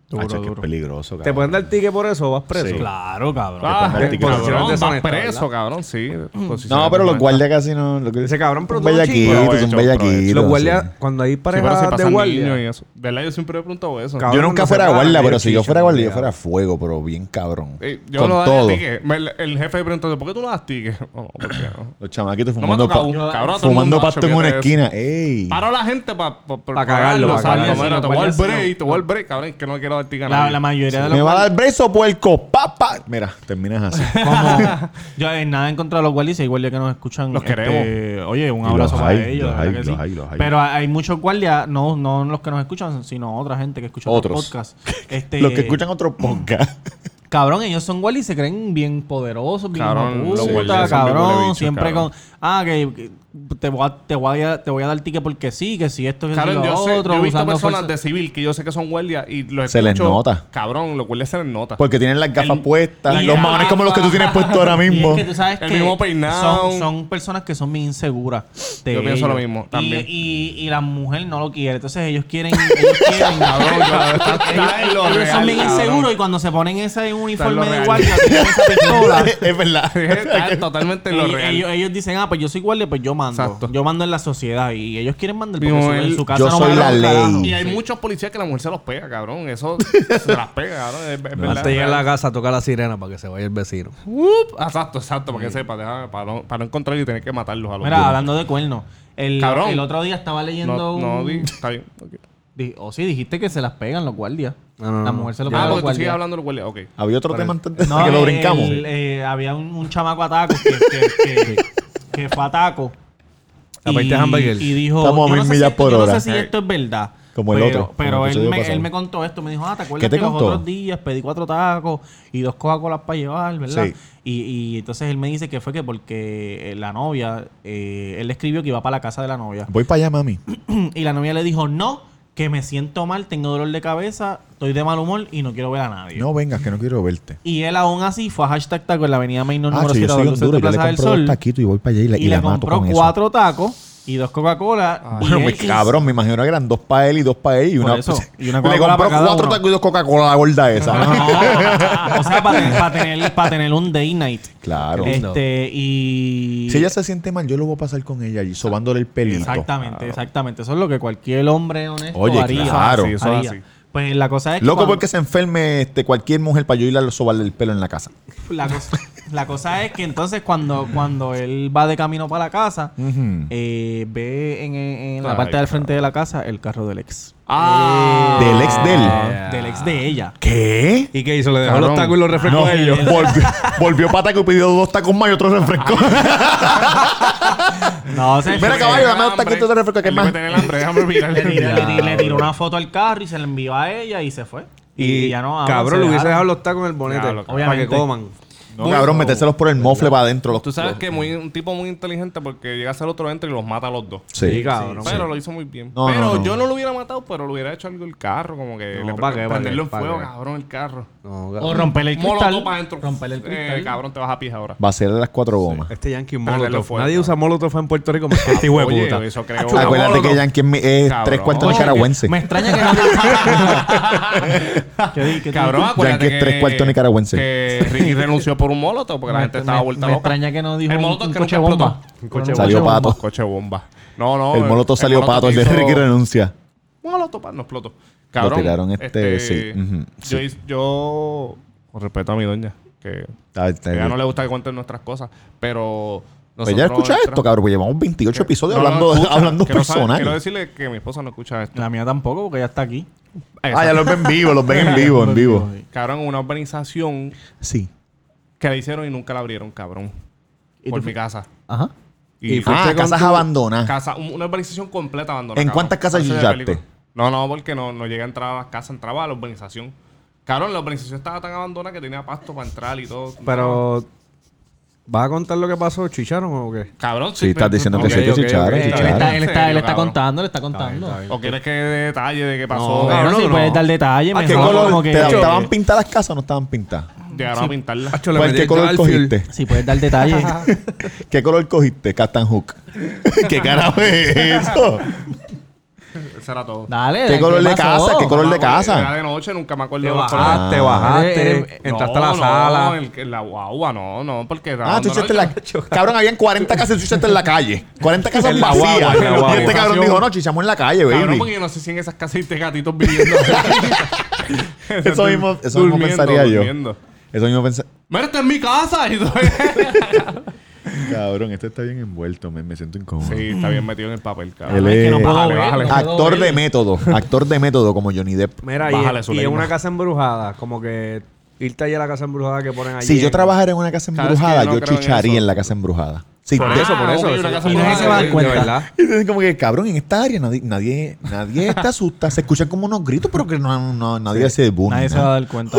S1: Hacho, es que es
S2: duro.
S1: peligroso,
S6: ¿Te
S1: cabrón.
S6: pueden dar ticket por eso o vas preso?
S1: Sí.
S2: Claro, cabrón.
S5: Ah,
S1: ponga el ticket.
S5: cabrón, vas
S6: Deshonesta,
S5: preso, cabrón, sí. Pues,
S1: No, pero los guardias casi no. Lo que
S6: Ese cabrón, pero
S1: un
S6: tú no
S1: bellaquito,
S5: chicas.
S1: un
S5: Aprovecho,
S1: bellaquito.
S6: Los guardias,
S1: sí.
S6: cuando hay
S5: Sí, pero
S6: parejas
S5: si
S6: de
S5: pasan niños y
S6: guardia.
S5: eso. ¿Verdad? Yo siempre he preguntado eso.
S6: Cabrón,
S1: Yo nunca
S6: no se
S1: fuera
S6: paran,
S1: guardia,
S6: yo
S1: pero si yo
S6: chicho,
S1: fuera guardia, yo
S6: obligado.
S1: fuera fuego, pero bien cabrón.
S5: Eh, yo
S1: Con
S5: no daría
S1: todo.
S5: ticket. Me- el- el jefe me preguntó, ¿por qué tú no das ticket? *laughs* Oh, ¿por qué no?
S1: Los chamaquitos
S5: No me ha
S1: fumando,
S5: tocado
S1: pa-
S5: un cabrón. todo el
S1: fumando
S5: mundo,
S1: pasto en
S5: macho,
S1: una
S5: fíjate eso.
S1: esquina. ey.
S5: Paró la gente para pa, pa-
S6: Pa' cagarlo, pa'
S5: exacto,
S6: cagarlo.
S5: mira, te voy al
S2: Sí, no,
S5: break, te voy al break, cabrón, que no quiero dar ticket a
S2: La,
S5: nadie.
S2: la mayoría de los
S1: Me va a dar brezo, puerco, papá. Mira, terminas así.
S2: Como, *laughs* yo eh, nada en contra de los guardias, hay guardias que nos escuchan. este,
S5: Los queremos.
S2: Oye, un
S1: Y
S2: abrazo
S1: los
S2: para
S1: hay,
S2: ellos.
S1: los
S2: la verdad
S1: hay,
S2: que
S1: los
S2: sí.
S1: hay, los hay.
S2: Pero hay muchos guardias, no, no los que nos escuchan, sino otra gente que escucha
S1: Otros. *laughs*
S2: podcasts. Este,
S1: Los que escuchan otro podcast.
S2: Cabrón, ellos son guardias y se creen bien poderosos, bien
S5: Cabrón,
S2: hijueputa,
S5: los guardias son bien
S2: cabrón.
S5: huelebichos,
S2: siempre
S5: cabrón.
S2: con. Ah, que, que te, voy a, te, voy a, te voy a dar ticket porque sí, que si esto, que si
S5: Cabrón,
S2: lo
S5: yo, sé,
S2: otro.
S5: yo he visto
S2: usando
S5: personas
S2: fuerza-
S5: de civil que yo sé que son guardias y los
S1: Se les
S5: escucho,
S1: nota. Pues,
S5: Cabrón, los guardias se les nota.
S1: Porque tienen las gafas
S5: El-
S1: puestas,
S5: la
S1: los maones como los que tú tienes puestos ahora mismo.
S2: Y es que tú sabes
S5: El
S2: que
S5: mismo peinado.
S2: Son, son personas que son bien inseguras. de
S5: Yo pienso
S2: ellos.
S5: lo mismo,
S2: Y-
S5: también.
S2: Y, y la mujer no lo quiere. Entonces ellos quieren. Ellos
S5: *laughs*
S2: quieren, cabrón.
S5: está- está en lo
S2: ellos
S5: real,
S2: son bien
S5: cabrón.
S2: inseguros y cuando se ponen ese
S5: Está
S2: uniforme
S5: en lo
S2: de
S5: real.
S2: guardia, tienen *laughs* esa pistola.
S1: es verdad.
S5: *laughs* Está totalmente en lo
S2: y-
S5: real.
S2: Ellos, ellos dicen, ah, pues yo soy guardia, pues yo mando.
S5: Exacto.
S2: Yo mando en la sociedad y ellos quieren mandar porque
S5: Yo,
S2: su- en
S5: el-
S2: su casa
S1: yo
S2: no
S1: soy
S2: mandan
S1: la
S2: un carajo.
S1: ley.
S5: y hay muchos policías que la mujer se los pega, cabrón. Eso se las pega, cabrón. Es, es verdad.
S6: Antes de llegar a la casa, toca la sirena para que se vaya el vecino.
S5: Up. Exacto, exacto, para que sepa, deja- para, no, para no encontrar y tener que matarlos a los
S2: Mira, hablando de cuernos. El,
S5: Cabrón.
S2: el otro día estaba leyendo
S5: No,
S2: un...
S5: no, di- está bien. ok.
S2: di- oh, sí, dijiste que se las pegan los guardias.
S6: No, no,
S2: la
S6: no.
S2: mujer se lo pega
S5: Ah,
S2: a los
S5: porque tú sigues
S2: guardias.
S5: hablando de los guardias. Ok.
S1: Había otro tema antes de
S2: *laughs* No,
S1: que lo
S2: el-
S1: brincamos.
S2: eh, había un, un chamaco a taco que,
S1: *laughs*
S2: que, que- que fue a taco.
S6: La parte de hamburger.
S2: y dijo,
S1: Estamos a
S2: yo no,
S1: mil
S2: sé si
S1: millas
S2: esto,
S1: por
S2: yo no
S1: hora.
S2: sé si esto es verdad.
S1: Como el
S2: pero,
S1: otro, como
S2: Pero
S1: el
S2: él
S1: episodio
S2: me,
S1: pasado.
S2: él me contó esto. Me dijo, ah, ¿te acuerdas
S1: ¿Qué te
S2: que los
S1: contó?
S2: otros días pedí cuatro tacos y dos Coca-Colas para llevar, ¿verdad?
S1: Sí.
S2: Y, y entonces él me dice que fue que porque eh, la novia, eh, él le escribió que iba para la casa de la novia.
S1: Voy para allá, mami.
S2: Y la novia le dijo, no, que me siento mal, tengo dolor de cabeza, estoy de mal humor y no quiero ver a nadie.
S1: No vengas, que no quiero verte.
S2: Y él aún así fue a hashtag taco en la avenida Mainor
S1: Ah,
S2: número
S1: yo
S2: 7
S1: soy
S2: de
S1: un duro. Yo le
S2: Plaza del
S1: compro dos
S2: Sol.
S1: taquitos y voy para allá y la,
S2: Y,
S1: y la
S2: le
S1: mato
S2: compró
S1: con eso.
S2: cuatro tacos y dos Coca-Cola. y
S1: *laughs* Bueno,
S2: él
S1: me
S2: ins-
S1: cabrón, me imagino que eran dos para él y dos para ella y
S2: Por
S1: una. *laughs*
S2: eso, y una
S1: le
S2: Coca-Cola
S1: compró
S2: para cada
S1: cuatro
S2: uno. Ah,
S1: tacos y dos Coca-Cola a la gorda esa.
S2: No,
S1: *laughs*
S2: o sea, para tener, para tener, para tener un day night.
S1: Claro.
S2: Este, y...
S1: Si ella se siente mal, yo lo voy a pasar con ella y sobándole el pelito.
S2: Exactamente, exactamente. Eso es lo que cualquier hombre honesto
S1: Oye,
S2: haría.
S1: claro.
S5: Sí, eso es
S2: Haría.
S5: así.
S2: Pues la cosa es que
S1: Loco
S2: cuando-
S1: porque se enferme este, cualquier mujer para yo ir a sobarle el pelo en la casa.
S2: La cosa, la cosa es que entonces cuando, cuando él va de camino para la casa,
S1: Ujú.
S2: eh, ve en, en la
S5: Ay,
S2: parte del frente de la casa el carro del ex.
S5: Ah.
S1: Del ex de él.
S6: Ah.
S2: Del ex de ella.
S1: ¿Qué?
S6: ¿Y qué hizo? Le dejó
S5: Cabrón.
S6: los tacos y los refrescos a ellos.
S1: *laughs* volvió, volvió para taco y pidió dos tacos más y otro refresco.
S2: No, se
S1: Mira,
S2: fue.
S1: caballo, dame dos
S5: Hambre.
S1: taquitos de refresco. ¿Qué
S5: Él debe
S1: más?
S5: tener hambre, *laughs* déjame mirar.
S2: Le tiró, le tiró- le tiró una foto al carro y se la envió a ella y se fue. Y, ya no hablan, se
S6: Cabrón, le hubiese dejado
S2: dejaron.
S6: los tacos en el bonete.
S5: Diablo, cabrón.
S6: para que
S2: Obviamente.
S6: coman.
S1: No, cabrón, metérselos por el mofle para adentro. los-
S5: Tú sabes
S1: los-
S5: que muy, un tipo muy inteligente porque llega a ser otro dentro y los mata a los dos.
S1: Sí.
S6: cabrón.
S5: pero lo hizo muy bien.
S1: No,
S5: pero
S1: no, no.
S5: yo no lo hubiera matado, pero lo hubiera hecho algo el carro, como que
S6: No,
S5: le
S6: ¿pa' qué, pa'
S5: prenderlo
S6: qué,
S5: en
S6: pa'
S5: fuego,
S6: qué?
S5: cabrón, el carro.
S6: No,
S2: O
S6: cabrón.
S2: romperle el
S5: Molotov
S2: cristal.
S5: pa' adentro.
S2: Romperle el cristal.
S5: Eh, cabrón, te vas a pija ahora.
S1: Va a ser de las cuatro gomas.
S6: Este Yankee es
S5: Prendelo
S6: Molotov.
S5: fuego.
S6: Nadie usa Molotov en Puerto Rico más
S1: Ah,
S6: que este
S5: Oye,
S6: hijo de puta.
S5: eso creo.
S1: Acuérdate que
S5: Molotov.
S1: Yankee es mi- es
S5: Cabrón.
S1: tres cuartos
S5: Oye,
S1: nicaragüense.
S2: Me extraña que no. ¿Qué di- qué
S5: Cabrón,
S2: di-
S5: acuérdate
S1: Yankee es
S5: que,
S1: tres cuartos nicaragüense.
S5: Que Ricky renunció por un molotov porque la
S2: me-
S5: gente estaba
S2: me-
S5: vuelta
S2: me
S5: loca.
S2: extraña que no dijo
S5: El
S2: un-
S5: molotov
S2: un
S5: que
S2: coche
S5: nunca explotó.
S2: bomba.
S6: Un coche
S2: Pero
S1: Salió
S2: un
S1: pato.
S5: Coche bomba. No, no.
S1: el molotov salió
S5: molotov
S1: pato, el
S5: que
S1: de
S5: hizo-
S1: Ricky renuncia.
S5: Molotov pa, no explotó. Cabrón.
S1: tiraron este, sí, ujú,
S5: yo, hice- yo, con respeto a mi doña, que
S1: Está- está
S5: a ella
S1: bien.
S5: no le gusta que cuenten nuestras cosas, pero...
S1: Pues ya escucha esto, cabrón, pues llevamos 28 episodios
S5: No, no,
S1: hablando,
S5: escucha,
S1: hablando
S5: que no sabe-
S1: personal.
S5: quiero decirle que mi esposa no escucha esto.
S2: La mía tampoco porque ella está aquí.
S1: ah, ya los ven vivo, los ven en vivo, en vivo.
S5: Cabrón, una urbanización
S1: Sí.
S5: que la hicieron y nunca la abrieron, cabrón. Por mi casa.
S2: Ajá.
S5: Y,
S6: Y
S5: fue
S1: Ah,
S6: Fuiste con
S1: casas
S6: tu-
S1: abandonadas.
S5: casa, un- una urbanización completa abandonada.
S1: ¿En
S5: cabrón.
S1: cuántas casas
S5: Parece de
S1: yuyaste?
S5: película. No, no, porque no, no llegué a entrar a las casas, entraba a la urbanización. Cabrón, la urbanización estaba tan abandonada que tenía pasto para entrar y todo.
S6: Pero. ¿Vas a contar lo que pasó, Chicharon o qué?
S5: Cabrón,
S1: Sí, estás diciendo que
S5: ok,
S1: sí, que
S5: ok,
S1: chicharon,
S5: ok.
S2: Él
S1: chicharon.
S2: está, él está, él está
S5: Cabrón.
S2: contando, le está contando.
S5: ¿O quieres que dé detalle de qué pasó?
S6: No,
S2: Cabrón,
S5: cabrón,
S6: no,
S2: si
S6: no.
S2: puedes dar detalles,
S1: ¿A qué
S2: mejor,
S1: color?
S2: como que-
S1: ¿Te- ¿Estaban pintadas las casas o no estaban pintadas?
S5: llegaron a pintarla.
S6: Acho, le
S1: ¿Cuál
S6: metí
S1: qué
S6: el
S1: color
S6: Garfield.
S1: cogiste?
S2: Si puedes dar detalles.
S1: ¿Qué color cogiste, Captain Hook? ¿Qué carajo es eso?
S5: Ese era todo.
S2: Dale.
S1: ¿Qué color de
S2: pasó?
S1: casa? ¿Qué color de
S5: Porque Era
S1: casa?
S5: de noche, nunca me acuerdo
S6: Te
S5: de los colores.
S6: bajaste, bajaste,
S2: Eres- eres-
S6: entraste
S5: No,
S6: a la
S5: no,
S6: sala.
S5: el- el- la guagua, no, no, porque.
S1: Ah, tú
S5: abandonaron-
S1: hiciste la... Cabrón, habían 40 casas chuchaste en la calle. 40 casas
S6: En la guagua,
S1: vacías.
S6: en la
S1: Y este
S6: guagua.
S1: cabrón dijo, no, chichamos en la calle,
S5: Cabrón,
S1: baby.
S5: porque yo no sé si en esas casas hay gatitos
S1: *laughs*
S5: viviendo. *laughs*
S1: Eso mismo- eso mismo pensaría yo. Eso mismo pensé.
S5: Mira, esta es mi casa. *laughs* Y todo.
S1: *coughs* Cabrón, este está bien envuelto, me, me siento incómodo.
S5: sí, está bien metido en el papel, cabrón.
S1: Él
S2: Es que no
S1: es-
S2: puedo
S5: Bájale,
S2: ver,
S5: bájale.
S2: no puedo
S1: Actor
S2: ver.
S1: de método, *laughs* actor de método como Johnny Depp.
S6: Mira, y-
S5: Bájale,
S6: y, es
S5: Zuleima.
S6: una casa embrujada, como que irte allá a la casa embrujada que ponen allí.
S1: Si yo
S6: en-
S1: trabajara en una casa
S5: ¿Sabes
S1: embrujada,
S5: que yo no
S1: yo
S5: creo en
S1: chicharía
S5: eso?
S1: en la casa embrujada. Sí,
S5: Por
S1: de-
S5: eso, por
S6: Ah,
S5: eso.
S6: ok,
S5: eso-
S6: una casa
S5: eso-
S2: Y nadie se va a dar
S6: De
S2: cuenta.
S6: verdad.
S1: *laughs* Y dicen como que, cabrón, en esta área nadie, nadie, nadie te asusta. Se escuchan como unos gritos, pero que no, no- nadie hace boom.
S2: Nadie
S1: ni
S2: se
S1: nada.
S2: va a dar
S1: Oh,
S2: cuenta.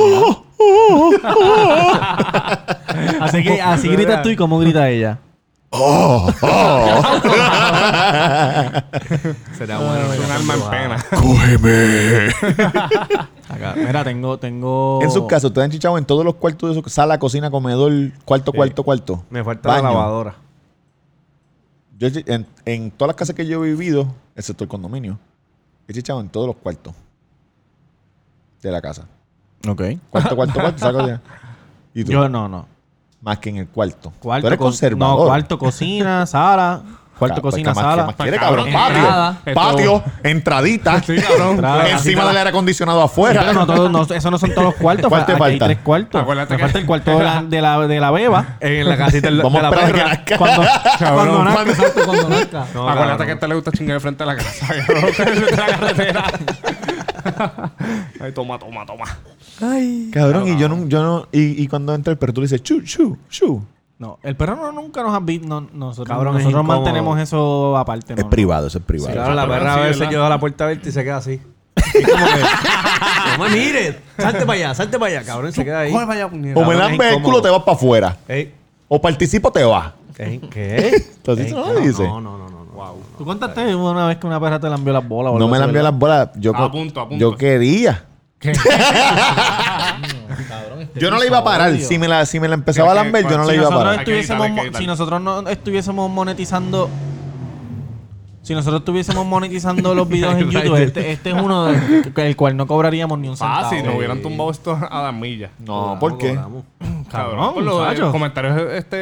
S2: ¿verdad? así que así gritas tú y cómo grita ella.
S1: *laughs* ¡Oh!
S5: *laughs*
S6: Sería bueno.
S5: Es un alma en pena.
S1: ¡Cógeme!
S2: Acá. Mira, tengo,
S5: Oh.
S2: tengo.
S1: En sus casas, ustedes han chichado en todos los cuartos de su sala, cocina, comedor, cuarto, cuarto, cuarto.
S6: Me falta
S1: Baño.
S6: la lavadora.
S1: Yo he chi- en, en todas las casas que yo he vivido, excepto el condominio, he chichado en todos los cuartos de la casa.
S2: Ok.
S1: Cuarto,
S2: *laughs*
S1: cuarto, cuarto, saco de- ¿Y tú?
S2: Yo no, no.
S1: Más que en el cuarto.
S2: Cuarto,
S1: tú eres
S2: co-
S1: conservador.
S2: No, cuarto, cocina, sala. Cuarto,
S1: Ca- pues,
S2: cocina,
S1: ¿qué más- qué
S2: sala.
S1: más quiere, cabrón?
S2: Entrada.
S1: Patio. *laughs* Patio, entradita.
S2: Entrada,
S1: Encima
S2: así
S1: del aire acondicionado
S2: *laughs*
S1: afuera.
S2: Pero no todos, no, esos no son todos los cuartos.
S1: ¿Cuál te
S2: Aquí hay
S1: falta?
S2: tres cuartos.
S5: Acuérdate
S2: Me
S5: que-
S2: falta el cuarto de la, de la, de la beba.
S6: En la casita del-
S1: *laughs* Vamos
S6: de
S1: a
S6: la
S1: esperar a que
S6: perra.
S1: nazca.
S2: Cuando,
S1: *laughs*
S2: cuando
S1: Cabrón.
S2: nazca, exacto, cuando nazca.
S6: No,
S5: Acuérdate
S6: cabrón.
S5: que a este le gusta chingar de frente a la casa. cabrón. *laughs* de la carretera. Ay, toma, toma, toma.
S1: Cabrón, y yo no, yo no, y, y cuando entra el perro, tú le dices, chu, chu, chu.
S2: No, el perro no, nunca nos ha visto. No, nosotros
S6: Cabrón, es
S2: nosotros
S6: incómodo.
S2: mantenemos eso aparte.
S1: Es
S2: ¿no?
S1: privado, eso es privado.
S6: Claro, la
S5: Exacto,
S6: perra
S5: sí,
S6: a veces
S5: ¿verdad?
S6: yo da la puerta abierta y se queda así.
S2: No me mires.
S6: Salte para allá, salte para allá, cabrón, se queda ahí.
S1: o me lambes el culo, te vas para afuera.
S6: Ey,
S1: O participo, te vas.
S6: ey, ¿Eh? ¿Qué?
S1: Entonces,
S6: Ey,
S1: eso no
S6: no,
S1: lo dice.
S6: No, no, no, no. no.
S2: ¿Tú contaste una vez que una perra te lambió las bolas? o
S1: No
S2: algo
S1: me
S2: así,
S1: lambió
S2: verdad?
S1: las bolas. Yo,
S5: Ah,
S1: co-
S5: punto, a punto.
S1: yo quería. yo no la iba a parar. Si me la, si me la empezaba a
S5: Creo que
S1: lamber, yo no
S5: cuando-
S1: la
S2: Si
S1: iba a
S2: nosotros,
S1: parar.
S5: Hay que
S2: estuviésemos,
S5: evitar, hay que
S2: mo-
S5: evitar.
S2: si nosotros no estuviésemos monetizando... Si nosotros estuviésemos monetizando los videos en YouTube, este, este es uno de- el cual no cobraríamos ni un centavo.
S5: Fácil, nos hubieran tumbado esto a las millas.
S1: No, ¿por qué?
S2: Cabrón,
S5: por los eh,
S2: muchacho.
S5: comentarios este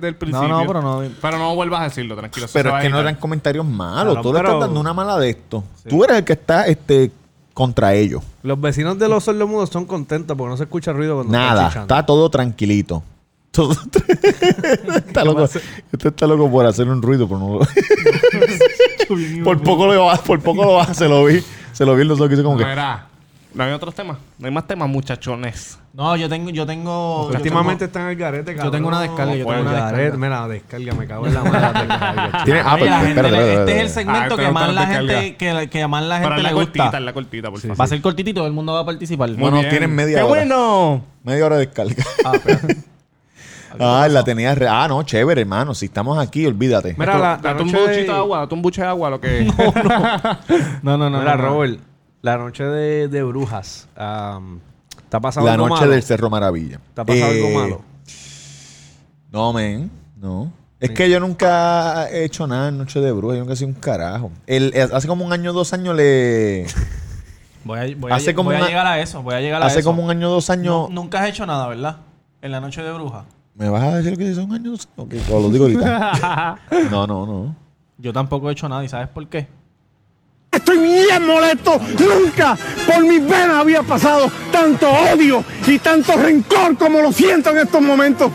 S5: del principio.
S2: no, pero no.
S5: Pero no vuelvas a decirlo, tranquilo. eso se
S1: Pero
S5: va
S1: es
S5: a
S1: que no
S5: editar.
S1: eran comentarios malos.
S6: Claro,
S1: Tú le estás
S6: pero-
S1: dando una mala de esto. Tú eres el que está este, contra ellos.
S6: Los vecinos de los sordomudos son contentos porque no se escucha ruido cuando
S1: Nada.
S6: están chichando.
S1: Está todo tranquilito. *laughs* Todo- *laughs* está loco. Este está loco por hacer un ruido, pero
S6: *laughs*
S1: no lo- por poco lo hace, por poco lo hace, se lo vi. Se lo vi en los ojos que hizo como que.
S5: Mira, no hay otros temas. No hay más temas, muchachones.
S2: No, yo tengo... Yo tengo
S6: Últimamente están en el garete, cabrón.
S2: tengo una descarga, yo
S6: Por
S2: tengo
S6: el
S2: una
S6: garete.
S2: descarga.
S6: Mira, descarga, me cago en la madre. la
S1: *laughs*
S6: descarga, chico.
S1: Tiene- ah,
S2: Oye,
S1: pero
S2: la gente
S1: espérate,
S2: le-
S1: espérate,
S2: este es el
S1: espérate.
S2: segmento
S5: Ah,
S2: que
S5: te
S2: más la
S5: gusta la
S2: gente que, que más la
S5: Pero
S2: gente
S5: es
S2: le
S5: la cortita,
S2: gusta.
S5: es la cortita, por
S2: Va a
S5: favor.
S2: ser cortitito y todo el mundo va a participar.
S5: Muy
S1: Bueno,
S5: bien.
S1: tienen media
S5: ¡Qué
S1: hora.
S5: bueno!
S1: Media hora de descarga. *laughs* Ah, la tenía re- Ah, no, chévere, hermano. Si estamos aquí, olvídate.
S6: Mira, la, la
S5: Date un
S6: noche de-
S5: buchito de agua, date un buche de agua, lo que... *laughs*
S2: No, no, no.
S6: Mira,
S2: no, no.
S6: Robert, la noche de, de brujas. am, ¿Está pasando
S1: La
S6: algo
S1: noche
S6: malo?
S1: del Cerro Maravilla.
S6: ¿Te ha pasado
S1: Eh,
S6: algo malo?
S1: No, men. No. Es que yo nunca he hecho nada en Noche de Bruja. Yo nunca he sido un carajo. El- eh, hace como un año, dos años le...
S2: Voy a, voy a-
S1: Hace como
S2: voy a
S1: una-
S2: llegar a eso. Voy a llegar a
S1: Hace
S2: eso.
S1: como un año, dos años...
S2: Nu- Nunca has hecho nada, ¿verdad? En la noche de bruja.
S1: ¿Me vas a decir lo que hice hace un año, dos años? Ok, o lo digo ahorita.
S2: *laughs*
S1: no, no, no.
S2: Yo tampoco he hecho nada y ¿sabes por qué?
S9: Estoy bien molesto. Nunca por mis venas había pasado tanto odio y tanto rencor como lo siento en estos momentos.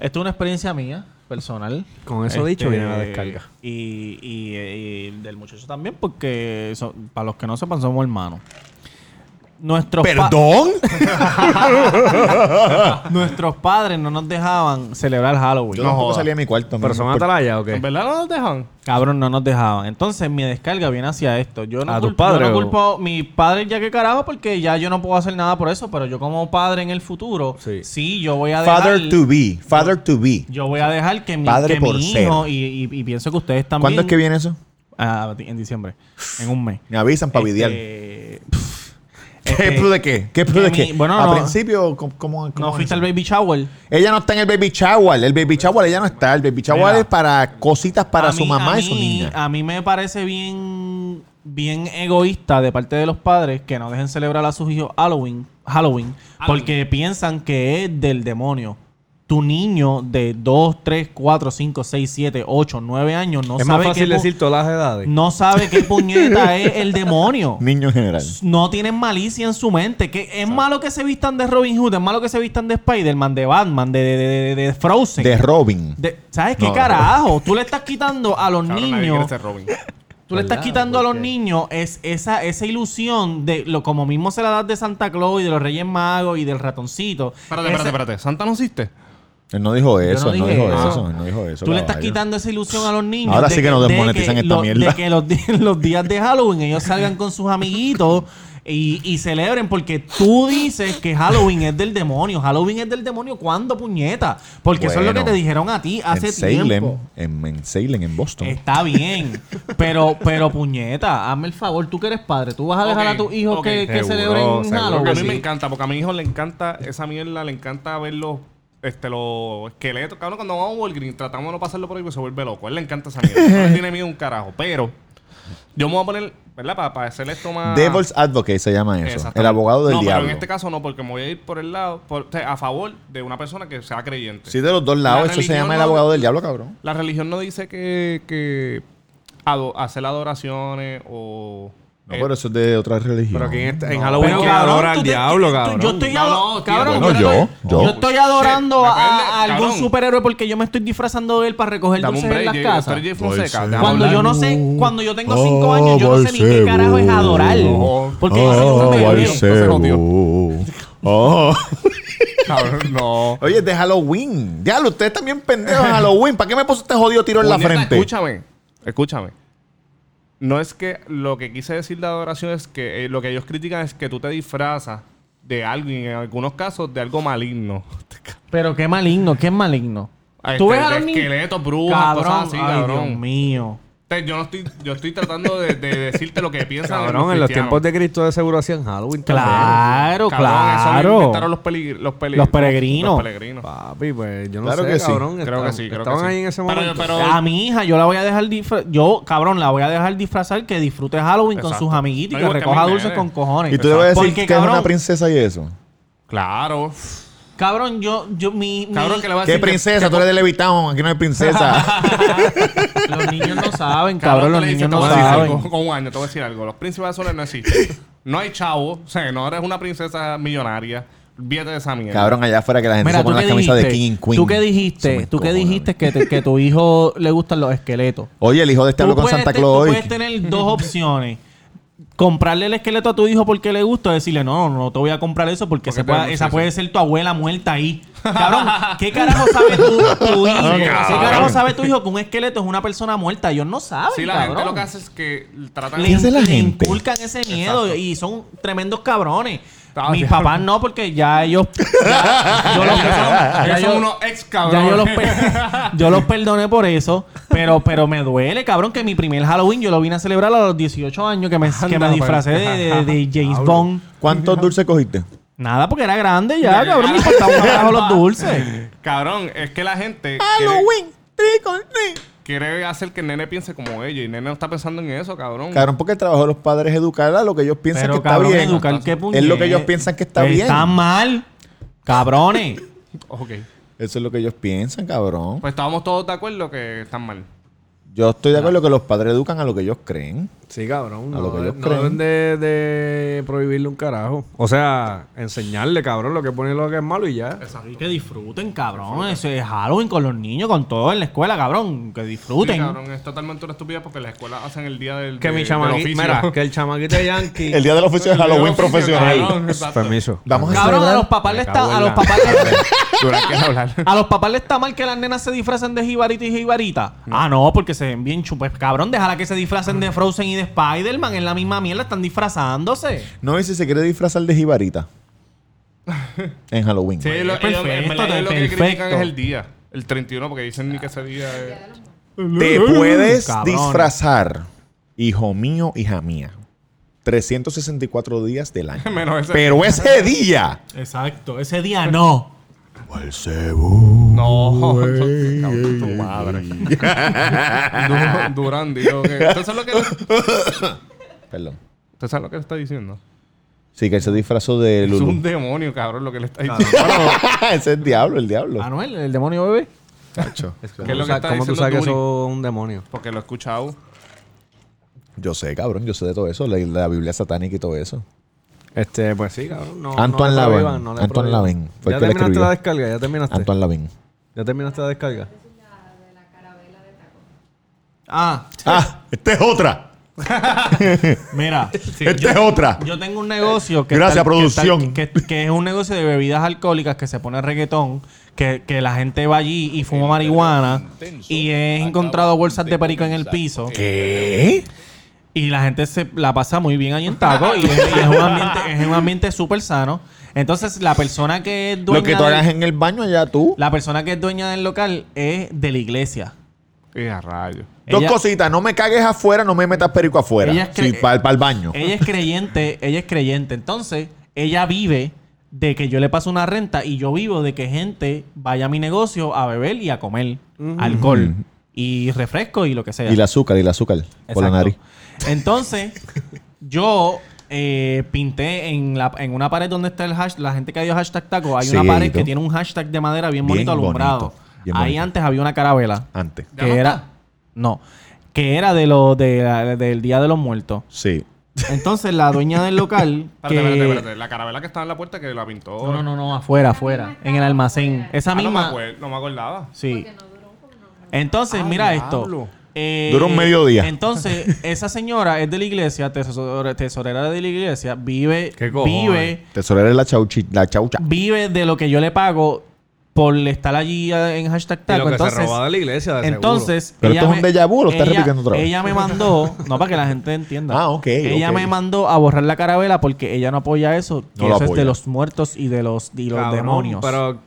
S2: Esto es una experiencia mía, personal.
S6: Con eso
S2: Este,
S6: dicho, viene la descarga.
S2: Y, y- y del muchacho también, porque so- para los que no sepan, somos hermanos. Nuestros pa-
S1: ¿Perdón?
S2: nuestros padres no nos dejaban celebrar Halloween.
S1: Yo tampoco salí de mi cuarto. Pues,
S6: ¿Pero
S1: men,
S6: son
S1: por-
S6: atalaya o qué?
S5: ¿En verdad no nos dejan?
S2: Cabrón, no nos dejaban. Entonces, mi descarga viene hacia esto. Yo no,
S6: ¿A
S2: culpo-
S6: tus
S2: yo
S6: padres
S2: no
S6: o-
S2: culpo mis padres ya que carajo porque ya yo no puedo hacer nada por eso, pero yo como padre en el futuro, sí,
S6: Sí.
S2: yo voy a dejar...
S1: Father to be. Father to be.
S2: Yo voy a dejar que mi,
S1: Padre
S2: que
S1: por
S2: mi
S1: ser.
S2: hijo, y, y- y pienso que ustedes también...
S1: ¿Cuándo es que viene eso?
S2: Ah, en diciembre, en un mes.
S1: Me avisan para
S2: Este,
S1: videar.
S2: pf,
S1: ¿Qué
S2: Este,
S1: plus de qué? ¿Qué plus
S2: que
S1: de
S2: mi-
S1: qué?
S2: bueno,
S1: Al
S2: no.
S1: principio, ¿cómo, cómo,
S2: No
S1: cómo
S2: fuiste al baby shower.
S1: Ella no está en el baby shower. El baby shower ella no está. El baby shower
S2: Mira.
S1: es para cositas para
S2: A
S1: su
S2: mí-
S1: mamá
S2: a
S1: y su
S2: mí-
S1: niña.
S2: A mí me parece bien, bien egoísta de parte de los padres que no dejen celebrar a sus hijos Halloween, Halloween, porque piensan que es del demonio. Tu niño de 2, 3, 4, 5, 6, 7, 8, 9 años no
S6: es más
S2: sabe
S6: fácil
S2: qué pu-
S6: decir todas las edades.
S2: no sabe qué puñeta es el demonio.
S1: Niño en general.
S2: No tienen malicia en su mente. Que es malo que se vistan de Robin Hood, es malo que se vistan de Spider-Man, de Batman, de, de, de- de- de Frozen.
S1: De Robin.
S2: De- ¿Sabes qué
S1: No, no.
S2: carajo? Tú le estás quitando a los
S5: Cabrón, nadie quiere
S2: niños.
S5: ser Robin.
S2: Tú le estás
S6: ¿Verdad?
S2: quitando a los
S6: ¿Por qué?
S2: niños es esa, esa ilusión de lo como mismo se la das de Santa Claus y de los Reyes Magos y del ratoncito.
S5: Espérate,
S2: Ese-
S5: espérate, espérate. ¿Santa no existe?
S1: Él no dijo eso,
S2: no
S1: él no
S2: dije
S1: dijo
S2: eso.
S1: eso, él no dijo eso.
S2: Tú le estás
S1: caballo.
S2: quitando esa ilusión a los niños.
S1: Ahora
S2: de
S1: sí que nos
S2: de
S1: desmonetizan esta
S2: lo-
S1: mierda.
S2: De que los, di- *laughs* los días de Halloween ellos salgan con sus amiguitos y, y celebren porque tú dices que Halloween es del demonio. Halloween es del demonio. ¿Cuándo, puñeta? Porque eso es lo
S1: Bueno.
S2: que te dijeron a ti hace
S1: en Salem,
S2: tiempo.
S1: En, en Salem, en Boston.
S2: Está bien, pero, pero puñeta, hazme el favor, tú que eres padre, tú vas a dejar
S5: Ok,
S2: a tus hijos
S5: ok.
S2: que, que
S5: Seguro,
S2: celebren
S5: seguro
S2: Halloween.
S5: que A mí me encanta, porque a mi hijo le encanta esa mierda, le encanta ver los, este, los esqueletos. Cabrón, cuando vamos a Walgreens, tratamos de no pasarlo por ahí, pues se vuelve loco. A él le encanta esa mierda.
S2: *laughs*
S5: No le tiene miedo a un carajo. Pero yo me voy a poner, ¿verdad? Para, para hacer esto más...
S1: Devil's Advocate se llama eso.
S5: Ah. Exactamente.
S1: El abogado del
S5: no,
S1: diablo.
S5: pero en este caso no, porque me voy a ir por el lado, por- o sea, a favor de una persona que sea creyente.
S1: Sí, de los dos
S5: La
S1: lados. Eso se
S5: religión
S1: llama el
S5: no-
S1: abogado del diablo, cabrón.
S5: La religión no dice que, que ado- hacer adoraciones o...
S1: No,
S5: eh,
S1: pero eso es de otra religión.
S6: Pero aquí en, este- en
S5: No.
S6: Halloween
S2: Pero,
S6: que
S2: cabrón,
S6: adora
S2: tú
S6: al
S2: te-
S6: diablo,
S2: tú-
S6: cabrón.
S2: Yo estoy,
S5: No,
S2: ado-
S5: no, tío,
S2: cabrón,
S1: bueno,
S2: yo,
S1: yo,
S2: estoy-
S1: yo.
S2: yo estoy adorando
S5: Shit,
S2: a, a
S5: depende,
S2: algún
S5: cabrón.
S2: superhéroe porque yo me estoy disfrazando de él para recoger
S5: Dame
S2: dulces
S5: un
S2: en
S5: break,
S2: las
S5: Jay-
S2: casas.
S5: Jay- Jay Fonseca.
S1: Ay,
S5: dame un
S2: Cuando
S5: break.
S2: yo no sé, cuando yo tengo cinco
S1: Ah,
S2: años, yo no sé ni qué
S1: Balsebo.
S2: carajo es adorar. Porque yo sé que
S1: Ah,
S2: usted me
S5: Balsebo.
S2: odia.
S5: Entonces,
S1: Balsebo. *laughs* Ah.
S5: Cabrón, no.
S1: Oye, es de Halloween. Diablo, ustedes también pendejos en Halloween. ¿Para qué me puso este jodido tiro en la
S5: Puñeta,
S1: frente?
S5: Escúchame, escúchame. No es que lo que quise decir de adoración es que eh, lo que ellos critican es que tú te disfrazas de algo y en algunos casos de algo maligno.
S2: Pero qué maligno, qué maligno.
S5: Este,
S2: Tú ves a
S5: de
S2: los niños-
S5: esqueletos, brujas,
S2: Cabrón,
S5: cosas así,
S2: ay, Dios
S5: cabrón.
S2: mío.
S5: Te- Yo no estoy, yo estoy tratando de, de decirte lo que piensan
S6: Cabrón, en los
S5: cristianos.
S6: tiempos de Cristo de seguro hacían Halloween
S2: Claro,
S5: Cabrón, Eso lo
S2: claro.
S5: inventaron los, peli- los, peli-
S2: Los peregrinos.
S5: los peregrinos.
S6: Papi, pues yo no
S1: Claro
S6: sé,
S1: que sí.
S6: cabrón.
S5: Creo
S6: estaban-
S5: que sí, creo que
S6: Estaban
S5: sí.
S6: ahí en ese
S5: Pero-
S6: momento.
S5: pero-
S2: A mi hija yo la voy a dejar disfra- yo cabrón la voy a dejar disfrazar que disfrute Halloween con
S5: Exacto.
S2: sus amiguitos y
S5: No,
S2: que
S5: igual que
S2: recoja
S5: mis
S2: dulces
S5: nenes.
S2: con cojones.
S1: Y tú debes decir
S2: Porque,
S1: que es una
S2: cabrón,
S1: princesa y eso.
S5: Claro.
S2: Cabrón, yo, yo, mi, mi-
S5: Cabrón, que le va a
S1: ¿Qué
S5: decir que-
S1: princesa?
S5: que-
S1: Tú eres de Levitown. Aquí no hay princesa. *laughs*
S2: los niños no saben, cabrón,
S5: tú
S2: los
S5: le dices,
S2: niños
S5: te
S2: no
S5: voy a decir
S2: saben.
S5: algo, Con un año, te voy a decir algo. Los príncipes azules no existen. No hay chavo. O sea, no eres una princesa millonaria. Olvídate de esa mierda.
S1: cabrón, allá afuera que la gente
S2: Mira,
S1: se
S2: tú
S1: pone
S2: qué
S1: la camisa
S2: dijiste,
S1: de King and Queen.
S2: tú qué
S1: Eso
S2: dijiste,
S1: me
S2: tú qué
S1: encojona,
S2: dijiste que, te- que tu hijo le gustan los esqueletos.
S1: Oye, el hijo de este habló
S2: Tú
S1: con
S2: puedes
S1: Santa
S2: te-
S1: Claus
S2: Tú
S1: hoy.
S2: puedes tener dos opciones. Comprarle el esqueleto a tu hijo porque le gusta, o decirle, no, no te voy a comprar eso porque, ese
S5: te
S2: pueda-
S5: gusta
S2: esa
S5: eso".
S2: puede ser tu abuela muerta ahí. Cabrón, ¿qué carajo sabe
S1: *laughs*
S2: tu, tu hijo? ¿Qué carajo sabe tu hijo que un esqueleto es una persona muerta? Ellos no saben,
S5: Sí, la
S2: cabrón.
S5: gente lo que hace es que tratan
S2: Le,
S1: ¿Qué hace la
S2: le
S1: gente?
S2: inculcan ese miedo
S5: Exacto.
S2: y son tremendos cabrones.
S5: Ah,
S2: Mis
S5: diablo.
S2: papás no, porque ya ellos. ya- yo
S5: *laughs*
S2: los- ya
S5: Ellos son
S2: yo-
S5: unos ex
S2: ya
S5: cabrones.
S2: yo los, per- *laughs* yo los perdoné por eso, pero, pero me duele, cabrón, que mi primer Halloween yo lo vine a celebrar a los 18 años que me, que me
S6: Anda,
S2: disfracé
S6: pues.
S2: de, de-
S5: *laughs*
S2: de James Bond.
S1: ¿Cuántos dulces cogiste?
S2: Nada, porque era grande ya, cabrón, me importaba un carajo
S5: *laughs*
S2: los dulces.
S5: *laughs* Cabrón, es que la gente. Quiere, quiere hacer que el nene piense como ella. Y el nene no está pensando en eso, cabrón.
S1: Mm. Cabrón, porque el trabajo de los padres es educar a lo que ellos piensan que
S2: Pero
S1: está
S2: cabrón,
S1: bien.
S2: educar qué puñet.
S1: es lo que ellos piensan que está bien.
S2: Está mal, cabrones.
S5: Ok.
S1: Eso es lo que ellos piensan, cabrón.
S5: Pues estábamos todos de acuerdo que están mal.
S1: Yo estoy de acuerdo que los padres educan a lo que ellos creen.
S6: Sí, cabrón.
S1: A
S6: no
S1: lo que ellos
S6: no
S1: creen.
S6: deben de, de prohibirle un carajo. O sea, enseñarle, cabrón, lo que pone y lo que es malo y ya.
S2: Y que disfruten, cabrón. Eso es Halloween con los niños, con todo en la escuela, cabrón. Que
S5: Sí,
S2: disfruten.
S5: cabrón, es totalmente una estupidez porque las escuelas hacen el día del.
S6: Que
S5: de-
S6: mi
S5: del
S6: chamaquito...
S5: oficio.
S6: Mira, que el chamaquito yankee...
S1: *laughs* El día del oficio de
S5: El día del
S1: Halloween
S5: oficio,
S1: profesional.
S5: cabrón, exacto.
S6: Permiso.
S1: Vamos a
S2: Cabrón, a
S1: celebrar-
S2: los papás le
S6: Me cago
S2: está, a
S6: en
S2: los
S6: la
S2: papás le-
S5: Durán, ¿quieres hablar?
S6: *laughs*
S2: A los papás les está mal que las nenas se disfracen de jibarita y jibarita. Ah, no, porque se ven bien chupes. Cabrón, déjala que se disfracen de Frozen y de Spider-Man. En la misma mierda están disfrazándose.
S1: No, y si se quiere disfrazar de
S2: *laughs*
S1: jibarita. en Halloween.
S5: Sí, lo, ellos- en
S2: perfecto,
S5: verdad, ellos lo que
S2: perfecto.
S5: critican es el día. El 31, porque dicen ni que ese día es...
S1: Te puedes
S2: Cabrón.
S1: disfrazar, hijo mío, hija mía. 364 días del
S2: *laughs*
S1: año.
S5: Menos ese.
S1: Pero ese día.
S2: Exacto, ese día no.
S5: No, cabrón, tu
S2: *laughs*
S5: madre. Du- Durán, digo que. ¿Usted sabe lo que, ¿usted
S1: Perdón.
S5: sabe lo que le está diciendo?
S1: Sí, que él se disfrazó de
S5: Es un
S1: Lulú.
S5: demonio, cabrón, lo que le está diciendo.
S2: *laughs*
S1: ese es el diablo, el diablo.
S2: Manuel, el demonio bebé.
S5: ¿Qué es lo que
S6: sa-
S5: está
S6: ¿Cómo tú
S5: diciendo
S6: sabes que
S5: Duri?
S6: eso es un demonio?
S5: Porque lo he escuchado.
S1: Yo sé, cabrón, yo sé de todo eso, la, la Biblia satánica y todo eso.
S6: Este, pues sí, cabrón. No,
S1: Antoine
S6: no le
S1: Lavin,
S6: prohíban, no le
S1: Antoine
S6: prohíban.
S1: Lavin, fue
S6: Ya
S1: el que la
S6: terminaste
S1: escribió.
S6: la descarga, ya terminaste.
S2: Este.
S1: Antoine Lavín.
S6: Ya terminaste la descarga.
S2: Ah,
S1: Ah, esta es otra.
S2: mira.
S1: esta Este es otra.
S2: Yo tengo un negocio que,
S1: Gracias,
S2: que
S1: producción.
S2: que, que es un negocio de bebidas alcohólicas que se pone reggaetón, que, que la gente va allí y fuma marihuana y he encontrado bolsas de perico en el piso.
S1: ¿Qué?
S2: Y la gente se la pasa muy bien allí en taco y es, y es un ambiente, es un ambiente súper sano. Entonces, la persona que es dueña
S1: Lo que tú
S2: del-
S1: hagas en el baño allá tú.
S2: la persona que es dueña del local es de la iglesia.
S5: Y eh, a rayos.
S1: Dos
S2: Ella-
S1: cositas, no me cagues afuera, no me metas perico afuera.
S2: Ella es que-
S1: Sí, para el baño.
S2: Ella es creyente, ella es creyente. Entonces, ella vive de que yo le paso una renta y yo vivo de que gente vaya a mi negocio a beber y a comer alcohol y refresco y lo que sea.
S1: Y el azúcar, y el azúcar por la
S2: Exacto.
S1: nariz.
S2: Entonces, yo eh, pinté en, la, en una pared donde está el hashtag, la gente que dio hashtag taco, hay
S1: Sí,
S2: una pared
S1: Edito.
S2: que tiene un hashtag de madera bien,
S1: Bien
S2: bonito alumbrado.
S1: bonito, bien
S2: Ahí
S1: bonito.
S2: antes había una carabela
S1: Antes.
S2: que era no, que era de lo de, la- del Día de los Muertos.
S1: Sí.
S2: Entonces la dueña del
S6: *laughs*
S2: local que-
S5: Espérate, espérate, espérate. La carabela que estaba en la puerta que la pintó.
S2: No, no, no,
S6: Oh.
S2: no, afuera, afuera, en el almacén. Esa
S5: Ah, no, me
S2: misma.
S5: acuer- no me acordaba.
S2: Sí. Entonces, mira esto.
S5: diablo.
S2: Eh,
S1: Duró un mediodía.
S2: *laughs* Entonces, esa señora es de la iglesia, tesor- tesorera de la iglesia, vive,
S6: ¿Qué cojones?
S2: vive,
S1: Tesorera es la, chauchi, la chaucha.
S2: vive de lo que yo le pago por estar allí eh, en hashtag
S6: Y
S2: taco.
S6: lo que se
S2: Entonces,
S6: robaba de la iglesia, de *laughs* seguro.
S2: entonces
S1: Pero
S2: ella
S1: esto es un
S2: me-
S1: déjà vu, lo estás
S2: ella-
S1: repitiendo otra vez.
S2: Ella me mandó, no para que la gente entienda.
S1: Ah, ok,
S2: Ella
S1: ok.
S2: me mandó a borrar la carabela porque ella no apoya eso, que
S1: No lo
S2: eso es
S1: apoya.
S2: de los muertos y de los, y los
S6: Cabrón,
S2: demonios.
S6: Pero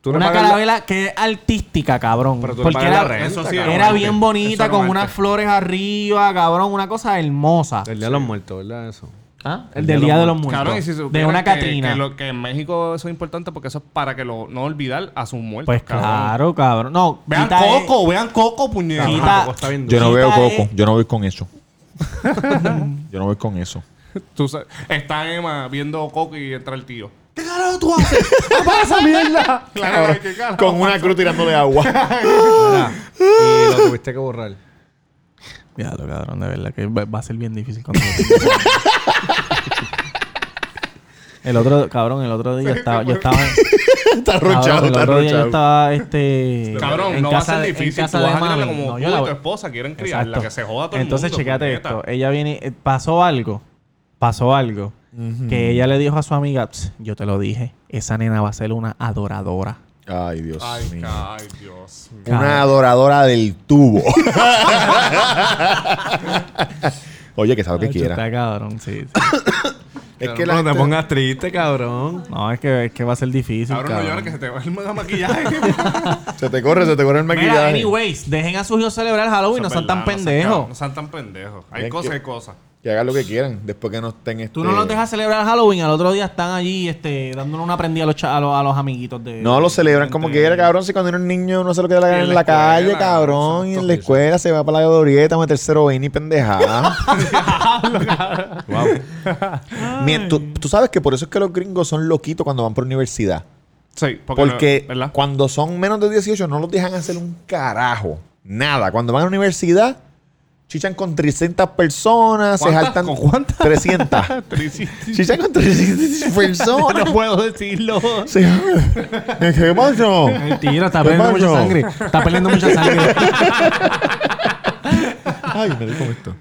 S6: tú le
S2: una
S6: pagas la-
S2: carabela que es artística, cabrón.
S6: Pero tú le
S2: Porque
S6: pagas la
S2: era,
S6: renta,
S5: Eso sí,
S6: cabrón.
S5: un
S2: era
S5: arte.
S2: bien
S5: Eso
S2: bonita,
S5: era
S2: con
S5: un
S2: unas
S5: arte.
S2: flores arriba, cabrón. Una cosa hermosa.
S6: El día de los muertos, ¿verdad? Eso.
S2: ¿Ah? El del Día de los Muertos.
S5: Cabrón, y si
S2: de
S5: supieran
S2: una
S5: que-
S2: Catrina.
S5: Que, lo- que en México eso es importante porque eso es para que lo, no olvidar a sus muertos.
S2: Pues
S5: cabrón.
S2: claro, cabrón. No,
S5: Vean
S2: quita e- es-
S5: Coco, vean Coco, puñeta.
S2: Quita-
S6: Tampoco Ah, pues, está bien
S1: Yo no
S2: Sí,
S1: veo
S2: está,
S1: coco,
S2: eh.
S1: yo no voy con *laughs* eso. yo no voy con eso.
S5: Tú sa- está Emma viendo Coco y entra el tío. ¿Qué carajo tú haces? ¿Qué pasa, mierda? *laughs* Claro, ¿qué carajo?
S1: Con una cruz tirándole agua.
S6: Mira, y lo tuviste que borrar.
S2: Diablo, cabrón, de verdad que va va a ser bien difícil cuando- *laughs* El otro, cabrón, el otro día estaba, yo estaba,
S5: *laughs*
S1: está
S2: cabrón,
S1: rochado,
S2: el
S1: está
S2: otro día yo
S1: rochado.
S2: estaba, este,
S5: Cabrón,
S2: en
S5: no va a
S2: casa
S5: ser
S2: de- en
S5: difícil.
S2: casa
S5: Tú
S2: de
S5: vas a tenerla
S2: Manuel.
S5: como
S2: No,
S5: tú
S2: yo la
S5: y tu
S2: voy-
S5: esposa quieren criarla,
S2: Exacto.
S5: que se joda todo
S2: Entonces,
S5: el mundo.
S2: checate
S5: puñeta.
S2: esto. Ella viene, eh, pasó algo, pasó algo, que ella le dijo a su amiga, "Ps, yo te lo dije, esa nena va a ser una adoradora.
S1: Ay, Dios
S5: Ay,
S1: mío.
S5: ca- ay, Dios. mío.
S1: Una adoradora del
S2: *laughs*
S1: tubo. Oye, que sabe lo que
S2: Nacho,
S1: quiera.
S2: está cabrón, sí, sí.
S1: Es que
S6: no
S1: la
S6: te
S1: gente-
S6: pongas triste, cabrón.
S2: No, es que, es que va a ser difícil,
S5: Cabrón, no
S2: cabrón.
S5: llores que se te va el
S2: *laughs*
S5: mega maquillaje.
S1: se te corre, se te corre el
S2: Pues Mira,
S1: maquillaje.
S2: anyways, dejen a sus hijos celebrar Halloween, no
S5: Eso es
S2: sean tan
S5: verdad,
S2: pendejos.
S5: No sean tan pendejos. Hay
S1: Es
S5: cosas
S1: que-
S5: y cosas.
S1: Que hagan lo que quieran, después que no estén este...
S2: Tú no los dejas celebrar Halloween, al otro día están allí este, dándole una prendida a los, cha- a los, a los amiguitos de...
S1: No lo celebran como
S2: entre-
S1: quiera, cabrón. Si cuando era un niño no se lo queda la
S5: Y
S1: gana en
S5: en la
S1: la calle,
S5: escuela,
S1: cabrón. Y en la escuela se va para la glorieta a meter cero y
S2: *laughs*
S1: pendejada. Mien- tú, tú sabes que por eso es que los gringos son loquitos cuando van por universidad.
S5: Sí, porque, no-
S1: Porque
S5: ¿verdad?
S1: cuando son menos de 18 no los dejan hacer un carajo. Nada. Cuando van a la universidad, chichan con 300 personas, se
S5: ¿Cuántas?
S1: saltan.
S5: ¿Con cuántas?
S1: 300.
S5: *laughs*
S1: chichan con 300 personas.
S5: no puedo decirlo.
S1: Sí. ¿Qué pasó?
S2: Mentira, está
S1: ¿Qué
S2: perdiendo mucha
S1: pasó?
S2: sangre. Está perdiendo mucha sangre.
S1: Ay, me dijo esto.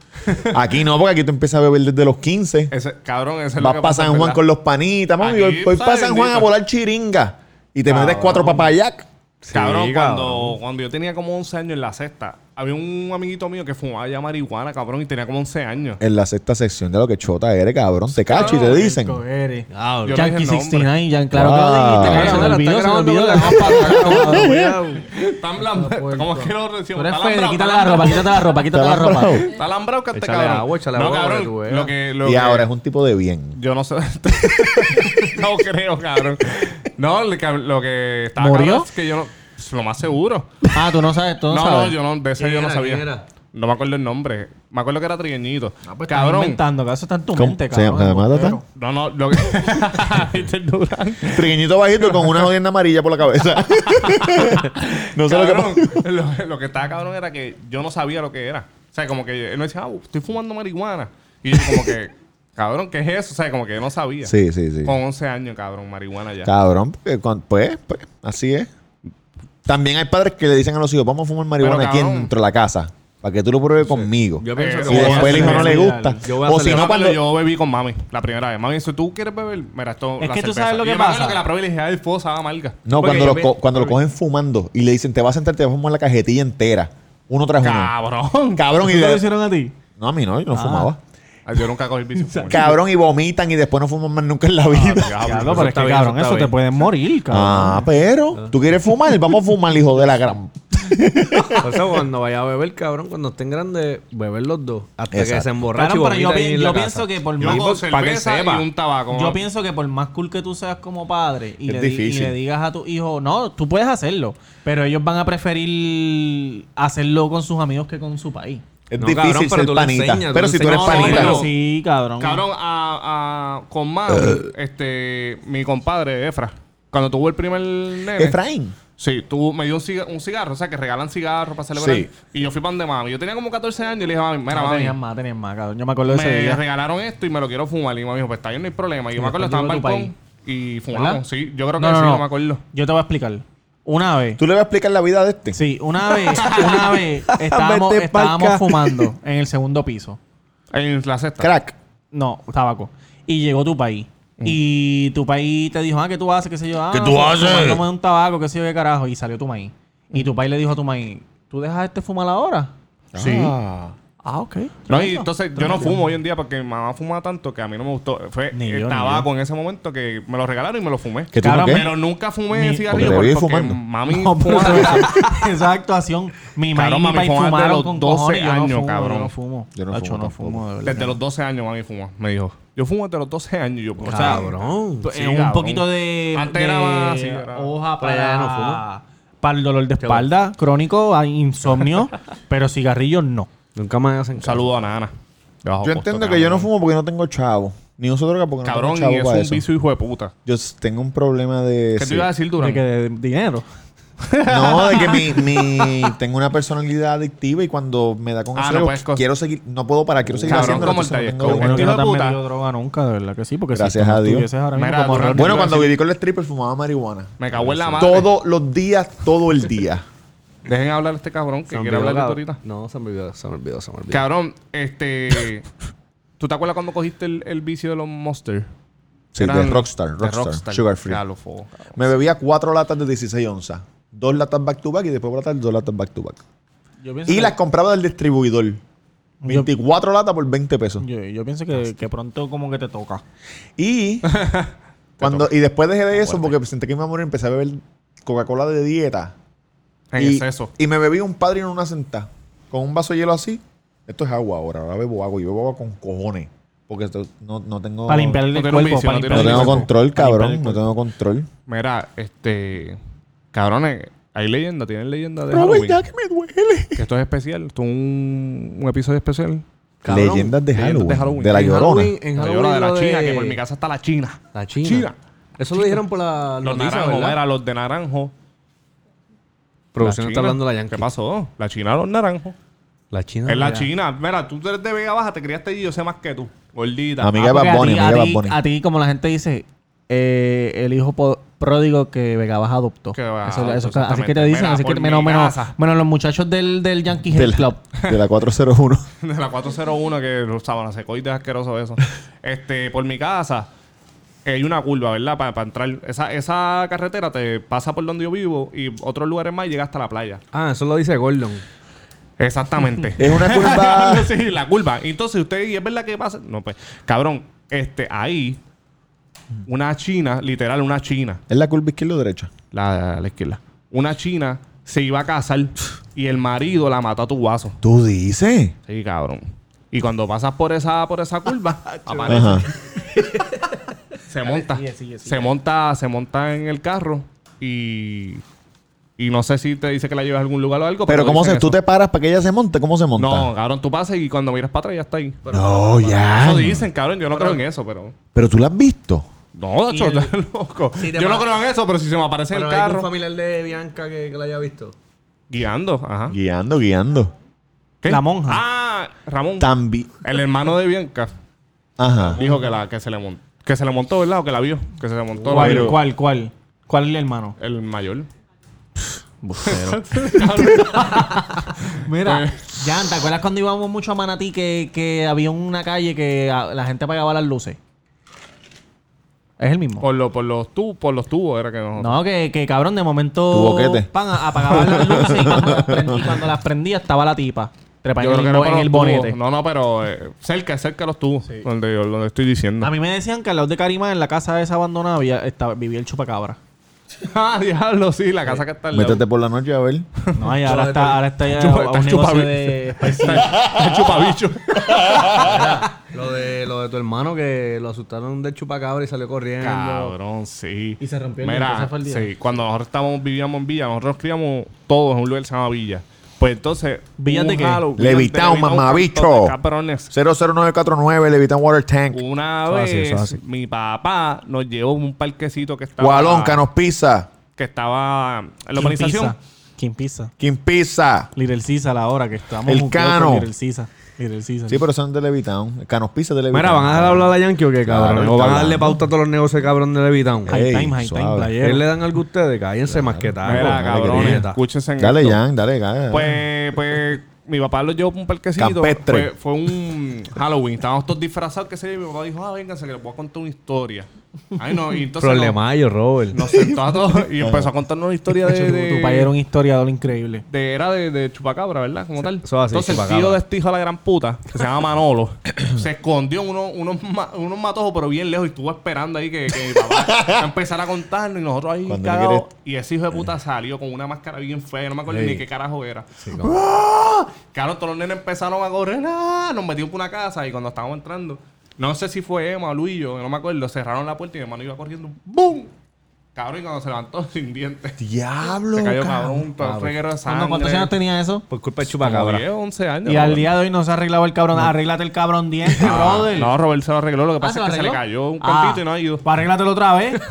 S1: Aquí no, porque aquí tú empiezas a beber desde los 15.
S5: Ese, cabrón, ese es lo
S1: Vas para
S5: que pasa,
S1: San Juan
S5: ¿verdad?
S1: con los panitas, mami.
S5: Aquí,
S1: Voy, voy para
S5: ¿sabes?
S1: San Juan a
S5: Bendito.
S1: volar chiringa. Y te metes
S5: Cabrón.
S1: cuatro papayac.
S6: Sí,
S5: cabrón,
S6: cabrón.
S5: Cuando, cuando yo tenía como 11 años en la sexta, había un amiguito mío que fumaba ya marihuana, cabrón, y tenía como 11 años.
S1: En la sexta sección de lo que chota eres, cabrón. Te cacho y te
S3: Cabrón,
S1: dicen.
S3: rico eres.
S2: Ah,
S5: Yo no
S2: Yankee
S5: dije el nombre.
S2: 69, Yan, claro
S1: Ah.
S2: que lo dijiste,
S5: Mira,
S2: pero se le
S5: mira,
S2: olvidó, se
S5: está
S2: le
S5: grabando,
S2: olvidó.
S6: *laughs*
S5: mira, la gapa, está hablando.
S6: puerco.
S5: ¿Cómo es que lo recibo?
S2: Tú eres
S5: Está
S2: Fede,
S5: alambrado,
S2: quítale
S5: está
S2: la ropa,
S5: alambrado.
S2: quítate la ropa, quítate la ropa.
S5: Está alambrado que este
S6: Échale
S5: cabrón.
S6: agua, échale
S5: no,
S6: agua para que tú
S5: cabrón.
S6: veas.
S5: Lo que, lo
S1: Y
S5: que-
S1: ahora es un tipo de bien.
S5: Yo no sé. *laughs* no creo, cabrón. No, le- cab- lo que estaba
S2: ¿Murió?
S5: cabrón es que yo no. es Lo más seguro.
S2: Ah, tú no sabes, tú
S5: No,
S2: no
S5: no,
S2: sabes.
S5: yo no, de ese
S6: ¿Quién
S5: yo no
S6: era?
S5: sabía.
S6: ¿Quién era?
S5: No me acuerdo el nombre. Me acuerdo que era trigueñito.
S2: Estás
S5: cabrón.
S2: inventando, que eso está en tu
S1: ¿Cómo?
S2: mente,
S1: Se
S2: cabrón.
S1: se mata tan.
S6: *laughs*
S5: No, no, lo que. *laughs* Viste el Durán.
S1: Trigueñito bajito con una jodienda amarilla por la
S6: *laughs*
S1: cabeza. no sé lo que
S5: Cabrón,
S1: pasa.
S5: *laughs* lo, lo que estaba cabrón era que yo no sabía lo que era. O sea, como que él me decía, ah, estoy fumando marihuana. Y yo como
S1: *laughs*
S5: que, cabrón, ¿qué es eso? O sea, como que yo no sabía.
S1: Sí, sí, sí.
S5: Con 11 años, cabrón, marihuana ya.
S1: Cabrón, porque cuan- pues, pues, así es. También hay padres que le dicen a los hijos, vamos a fumar marihuana
S5: Pero,
S1: aquí
S5: cabrón.
S1: dentro de la casa, para que tú lo pruebes conmigo.
S6: Yo pienso
S5: Eh,
S6: que
S1: Y
S5: voy a
S1: después el hijo
S5: hacer
S1: no le
S6: eso.
S1: gusta.
S6: Yo voy a
S1: O
S6: hacer
S1: si
S5: Yo
S6: eso.
S1: no,
S5: cuando,
S1: cuando...
S5: yo bebí con mami la primera vez. Mami dice, ¿tú quieres beber? Mira, esto
S2: Es
S5: la
S2: que tú
S5: cerveza.
S2: sabes lo que
S5: Y yo me acuerdo
S2: pasa.
S5: que la probé y le dije, ah, el fo, sabe a marca.
S1: No,
S6: Porque
S1: cuando,
S6: yo
S1: lo,
S6: ve-
S1: co- cuando lo
S6: porque-
S1: cogen fumando y le dicen, te vas a sentar, te vas a fumar la cajetilla entera, uno tras uno.
S5: Cabrón.
S1: Cabrón, y
S2: ¿Eso te lo
S1: de-
S2: hicieron a ti?
S1: No, a mí no, yo no fumaba.
S5: Ay, Yo nunca cogí el
S1: *laughs*
S5: bici. fumar.
S1: Cabrón, y vomitan y después no fuman más nunca en la vida.
S5: Diablo,
S2: Diablo, pero es
S6: está
S2: que,
S6: bien,
S2: cabrón,
S6: eso está
S2: eso te
S6: bien.
S2: pueden morir,
S1: Ah,
S2: cabrón.
S1: pero, ¿tú quieres fumar? Vamos a fumar, hijo de la gran...
S6: Por eso cuando vaya a beber, cabrón, cuando estén grandes, beber los dos. Hasta que
S1: Exacto.
S6: se emborrachen.
S2: Cabrón, pero yo, pi- yo pienso que por
S5: Yo
S2: más
S5: con
S6: pa' que
S5: cerveza y
S6: sepa.
S5: un tabaco.
S2: Yo pienso que por más cool que tú seas como padre y,
S1: Es
S2: le, di- y
S1: difícil.
S2: le digas a tu hijo, no, tú puedes hacerlo, pero ellos van a preferir hacerlo con sus amigos que con su país.
S1: Es
S6: No,
S1: difícil
S6: cabrón, pero
S1: ser
S6: tú le
S1: panita.
S6: enseñas, tú
S1: pero
S6: le
S1: si tú eres
S6: enseñas.
S5: No, no,
S1: panita.
S5: pero-
S2: Pero sí, cabrón.
S5: Cabrón, a, a- con mami,
S1: Eh.
S5: este, mi compadre, Efra, cuando tuvo el primer nene.
S1: Efraín.
S5: Sí, tú me dio un, ciga- un cigarro, o sea, que regalan cigarros para celebrar.
S1: Sí.
S5: Y yo fui pan de mami. Yo tenía como 14 años y le dije, mami, mira,
S2: no,
S5: mami,
S2: tenías más, tenías más, cabrón. Yo me acuerdo de ese
S5: me
S2: día.
S5: regalaron esto y me lo quiero fumar. Y mami dijo, pues está bien, no hay problema. Y yo
S2: Sí,
S5: me acuerdo,
S2: después
S5: estaba en
S2: llegó tu
S5: balcón y fumamos.
S2: ¿Verdad?
S5: Sí, yo creo que
S2: No, no,
S5: sí,
S2: no.
S5: no me acuerdo.
S2: Yo te voy a explicar. Una vez,
S1: ¿Tú le vas a explicar la vida de este?
S2: sí, una vez,
S5: *laughs*
S2: una vez estábamos,
S6: Vete pa'l
S2: estábamos
S6: ca-
S2: fumando en el segundo piso.
S5: En la sexta.
S1: Crack.
S2: No, tabaco. Y llegó tu país. Y tu país te dijo, ah, ¿qué tú haces? ¿Qué sé yo? Ah,
S1: ¿Qué tú
S2: pues,
S1: haces?
S2: fumándome un tabaco, qué sé yo, qué carajo. Y salió tu maíz. Y tu país le dijo a tu maíz, ¿tú dejas este fumar ahora?
S5: Sí.
S2: Ah, ok.
S5: No, y
S2: Tremendo.
S5: entonces yo no fumo hoy en día porque mi mamá fumaba tanto que a mí no me gustó. Fue
S2: Ni
S5: el
S2: yo, ni
S5: tabaco en ese momento que me lo regalaron y me lo fumé.
S1: ¿Que tú no
S2: Cabrón,
S1: qué?
S5: Pero nunca fumé
S2: Mi-
S5: cigarrillo
S1: Porque te
S5: porque,
S1: vi fumando.
S5: fumando. mami
S2: *laughs* No, pero
S5: fumaba.
S2: esa, esa actuación, mi maíz
S5: Cabrón,
S2: y mi
S5: mami,
S2: país
S5: fumaba desde
S2: fumaron
S5: los
S2: con
S5: 12
S2: cojones. Yo no
S5: años,
S2: fumo,
S5: cabrón.
S2: Yo no fumo.
S1: Yo no
S2: Tacho,
S1: fumo
S2: no
S1: tampoco.
S2: fumo, de verdad que
S5: Desde
S2: no.
S5: los 12 años mami fumaba. Me dijo, yo fumo desde los 12 años. Y yo, o sea,
S6: Cabrón.
S2: Pues,
S5: Sí,
S2: eh, un
S5: cabrón.
S2: poquito de,
S5: Antes
S2: de
S5: era más- sí, era-
S2: hoja
S6: Pero
S2: para,
S6: ya no fumo.
S2: para el dolor de espalda crónico, hay insomnio, pero cigarrillos no.
S6: Nunca me hacen
S5: un
S6: caso.
S5: saludo a Nana. De bajo
S1: Yo
S5: costo,
S1: entiendo que yo no
S5: cabrón.
S1: fumo porque no tengo chavo. Ni uso droga porque no
S5: Cabrón,
S1: tengo
S5: y
S1: chavo para
S5: es un
S1: eso.
S5: vicio hijo de puta.
S1: Yo s- tengo un problema de...
S5: ¿Qué
S1: sí.
S5: te iba a decir,
S2: De
S5: Durán?
S2: que de dinero.
S1: No, de que mi,
S5: *laughs*
S1: mi- tengo una personalidad adictiva y cuando me da con
S5: Ah,
S1: eso,
S5: no
S1: digo,
S5: puedes co-
S1: quiero seguir, no puedo parar, quiero seguir
S5: Cabrón,
S1: haciéndolo.
S5: como el
S1: entonces no
S5: Diet
S1: tengo dinero.
S2: Bueno,
S5: Coke.
S2: que no te
S5: Hijo de
S2: has
S5: puta.
S2: metido droga nunca, de verdad que sí, porque
S1: Gracias
S2: si tú
S1: a Dios.
S2: estuvieses ahora mismo
S5: Mira,
S2: como
S5: Durán,
S2: Ronnie
S1: Bueno,
S5: Yo
S1: cuando
S5: iba a
S1: viví con el stripper fumaba marihuana.
S5: Me cago en la madre.
S1: Todos los días, todo el día.
S5: Dejen hablar a este cabrón que
S6: Se me
S5: quiere
S6: olvidó,
S5: hablar de esto
S6: cabrón.
S5: ahorita.
S6: No, se me olvidó, se me olvidó, se me olvidó.
S5: Cabrón, este... ¿Tú te acuerdas cuando cogiste el, el vicio de los Monster?
S1: Sí,
S5: Eran-
S1: de Rockstar,
S5: de
S1: Rockstar, Sugar Free.
S5: Ya lo fue, cabrón.
S1: Me bebía cuatro latas de 16 onzas. Dos latas back to back y después por la tarde dos latas back to back.
S2: Yo pienso
S1: Y
S2: que-
S1: las compraba del distribuidor. 24 latas por 20 pesos.
S2: Yo, yo pienso que, que pronto como que te toca. *laughs*
S1: Y cuando y después dejé de eso porque senté que me iba a morir, empecé a beber Coca-Cola de dieta.
S5: En
S1: y,
S5: exceso.
S1: Y me bebí un padre en una sentada. Con un vaso de hielo así. Esto es agua ahora. Ahora bebo agua. Y bebo agua con cojones. Porque esto- no, no tengo...
S2: para limpiar el
S5: no tiene un
S2: cuerpo.
S5: vicio,
S2: para
S5: no tiene
S1: No
S2: limpiar
S5: un
S1: tengo
S2: el cuerpo.
S1: control,
S2: Para limpiar el
S1: cabrón. No tengo control.
S5: Mira, este... Cabrones, hay leyenda, tienen leyenda de
S1: Pero
S5: Halloween.
S1: verdad que me duele.
S5: Que esto es especial. Esto es un, un episodio especial.
S6: Cabrón,
S1: leyendas de
S5: leyendas de
S1: Halloween. De,
S5: Halloween.
S1: la
S5: En
S1: llorona.
S6: En Halloween- en
S5: La
S6: Halloween
S5: llorona de la
S6: lo
S5: China, que por mi casa está la China.
S6: La China.
S5: China.
S6: Eso lo dijeron por la
S5: Los
S6: noticia,
S5: naranjos,
S6: ¿verdad?
S5: era los de naranjo.
S6: Producción
S5: La
S6: está
S5: China.
S6: hablando de la
S5: ¿Qué
S6: Yankee.
S5: pasó? La China, los naranjos.
S6: La China.
S5: Es la
S6: mira.
S5: China. Mira, tú eres de Vega Baja, te criaste allí, yo sé más que tú. Gordita.
S1: Amiga de
S2: Ah, Porque
S1: Bad Bunny. Amiga
S2: a,
S1: de
S2: ti,
S1: Bad
S2: a, ti,
S1: Bunny.
S2: a ti, como la gente dice, eh, el hijo po- pródigo que Vegabas adoptó.
S5: Que Vegabas
S2: Eso- eso-
S5: adoptó,
S2: así que
S5: exactamente.
S2: te dicen,
S5: Mira,
S2: así que
S5: por
S2: menos,
S5: mi
S2: menos,
S5: casa.
S2: menos los muchachos del, del Yankee
S1: De
S2: Health Club.
S1: la, de la 401.
S5: *laughs* De la 401, que los sábanas secoides asqueroso eso. Este, por mi casa. hay una curva, ¿verdad? Para entrar. Esa, esa carretera te pasa por donde yo vivo y otros lugares más y llega hasta la playa.
S6: Ah, eso lo dice Gordon.
S5: Exactamente. *laughs*
S1: Es una curva. *laughs*
S5: sí, la curva. Entonces, usted, y es verdad que pasa. No, pues, cabrón, este, ahí, una china, literal, una china,
S1: ¿Es la curva izquierda o derecha?
S5: la, la izquierda, una china se iba a casar y el marido la mató a tu vaso.
S1: Tú dices.
S5: Sí, cabrón. Y cuando pasas por esa, por esa curva, aparece.
S1: Ajá.
S5: Se monta. se monta, se monta en el carro y. Y no sé si te dice que la lleves a algún lugar o algo.
S1: Pero ¿cómo
S5: dicen
S1: se, tú
S5: eso.
S1: te paras para que ella se monte? ¿Cómo se monta?
S5: No, cabrón, tú pasas y cuando miras para atrás ya está ahí.
S1: No, ya.
S5: Eso
S1: no.
S5: dicen, cabrón. Yo no creo en eso, pero.
S1: Pero tú la has visto.
S5: No,
S2: Y
S5: Nacho,
S2: el-
S5: estás *laughs* loco.
S2: Si te
S5: Yo no
S2: pa-
S5: creo en eso, pero si se me aparece en
S6: Pero
S5: el
S6: hay algún
S5: carro.
S6: familiar de Bianca que, que la haya visto.
S5: Guiando, ajá.
S1: Guiando, guiando.
S5: ¿Qué?
S2: La monja.
S5: Ah, Ramón.
S1: También.
S5: El hermano de Bianca
S1: Ajá.
S5: dijo que la que se le montó. Que se le montó, ¿verdad? O que la vio. Que se le montó. la
S2: ¿Cuál,
S5: vio.
S2: cuál, cuál? ¿Cuál es el hermano?
S5: El mayor.
S1: Bustero.
S5: Eh.
S2: Mira, ya, ¿te acuerdas cuando íbamos mucho a Manatí que, que había una calle que ah, la gente apagaba las luces? Es el mismo.
S5: Por, lo- por los tubos, por los tubos era que no.
S2: No, que, que cabrón, de momento.
S1: Tu boquete.
S2: Pan, apagaban las luces y cuando las, prendí, cuando las prendía estaba la tipa. Trepa en
S5: Yo creo que
S2: el,
S5: era
S2: bo-
S5: por
S2: en
S5: los
S2: el
S5: tubos.
S2: bonete.
S5: No, no, pero eh, cerca, cerca de los tubos. Donde, yo, donde estoy diciendo.
S2: A mí me decían que al lado de Carimán, en la casa esa abandonada, había, estaba- vivía el chupacabra.
S5: *laughs* ah, diablo, sí, la casa que está al lado.
S1: Métete por la noche a ver.
S2: No, y
S5: *laughs*
S2: ahora está, ahora está ya
S5: Chupa-
S2: a un
S5: está
S2: negocio
S5: chupabi-
S2: de
S5: *laughs* El chupabicho.
S6: Lo de, lo de tu hermano que lo asustaron del chupacabra y salió corriendo.
S5: Cabrón, sí.
S2: Y se rompió el diente,
S5: Mira,
S2: ese fue el día.
S5: sí, cuando nosotros estábamos, vivíamos en Villa, nosotros nos criamos todos en un lugar que se llama Villa. Pues entonces,
S2: ¿Villa
S5: un
S2: de qué?
S5: Halloween,
S1: Levitown,
S5: de Levitown,
S1: mamabicho.
S5: canto de Cabrones.
S1: 00949, Levitan Water Tank.
S5: Una
S6: Eso es
S5: vez,
S6: así, eso es así.
S5: mi papá nos llevó a un parquecito que estaba.
S1: Gualonca nos pisa.
S5: Que estaba en la
S2: King Pizza.
S5: urbanización.
S2: King Pizza.
S1: Kim pisa.
S2: Little Cisa, la hora que estamos.
S1: El
S2: juntos con
S1: Cano.
S2: Little Cisa. Little Cisa.
S1: Sí, pero son de Levitown. Canos pisa de Levitown.
S6: Mira, ¿van a dejar hablar a Yankee o qué, cabrón?
S1: Claro,
S6: ¿O
S1: está
S6: van a darle
S1: hablando.
S6: pauta a todos los negocios, cabrón, de Levitown?
S1: Ay,
S2: High time,
S1: Ey,
S2: high time,
S1: suave.
S2: playero.
S6: ¿Él le dan algo a ustedes? Cállense más que tal.
S5: Mira, cabrones, escúchense en
S1: Dale,
S5: esto.
S1: Jan, dale, dale. *laughs*
S5: Pues, *laughs* pues, mi papá lo llevó a un parquecito.
S1: Campestre.
S5: Fue, fue un Halloween. Estábamos todos disfrazados, que sé yo. Y mi papá dijo, ah, vénganse, que les voy a contar una historia. Ay, no, y entonces...
S6: Problemayo, Robert.
S5: Nos, nos sentó a todos y empezó a contarnos una historia de...
S2: *laughs*
S5: de-
S2: Tu, tu padre era un historiador increíble.
S5: de- era de, de chupacabra, ¿verdad? Como tal.
S6: eso es así,
S5: Entonces
S6: chupacabra.
S5: el tío de este hijo de la gran puta, que se llama Manolo, *coughs* se escondió en unos, unos, ma- unos matojos, pero bien lejos, y estuvo esperando ahí que, que mi papá empezara a contarnos y nosotros ahí
S1: Cuando
S5: cagados.
S1: le quieres-
S5: Y ese hijo de puta salió con una máscara bien fea, yo no me acuerdo
S6: Sí.
S5: ni qué carajo era.
S6: cómo.
S5: ¡Ah! Claro, todos los nenes empezaron a correr, ¡ah! nos metimos por una casa y cuando estábamos entrando, no sé si fue Emma o Luis, yo no me acuerdo, cerraron la puerta y mi hermano iba corriendo, ¡boom! Cabrón, y cuando se levantó *laughs* sin dientes.
S1: Diablo.
S5: Se cayó
S1: cabrón.
S5: cabrón, todo un reguero de sangre.
S2: ¿Cuándo- ¿Cuántos años tenía eso?
S6: Por culpa del
S5: Como
S6: chupacabra.
S5: 10, 11 años.
S2: Y al
S5: Robert.
S2: día de hoy no se ha arreglado el cabrón. Arréglate el cabrón *laughs* diente, brother.
S5: Ah, No, Robert se lo arregló. Lo que
S2: Ah,
S5: pasa es que se le
S2: arregló?
S5: cayó un
S2: Ah,
S5: cantito y no ha ido.
S2: Pues arréglatelo otra *laughs* vez.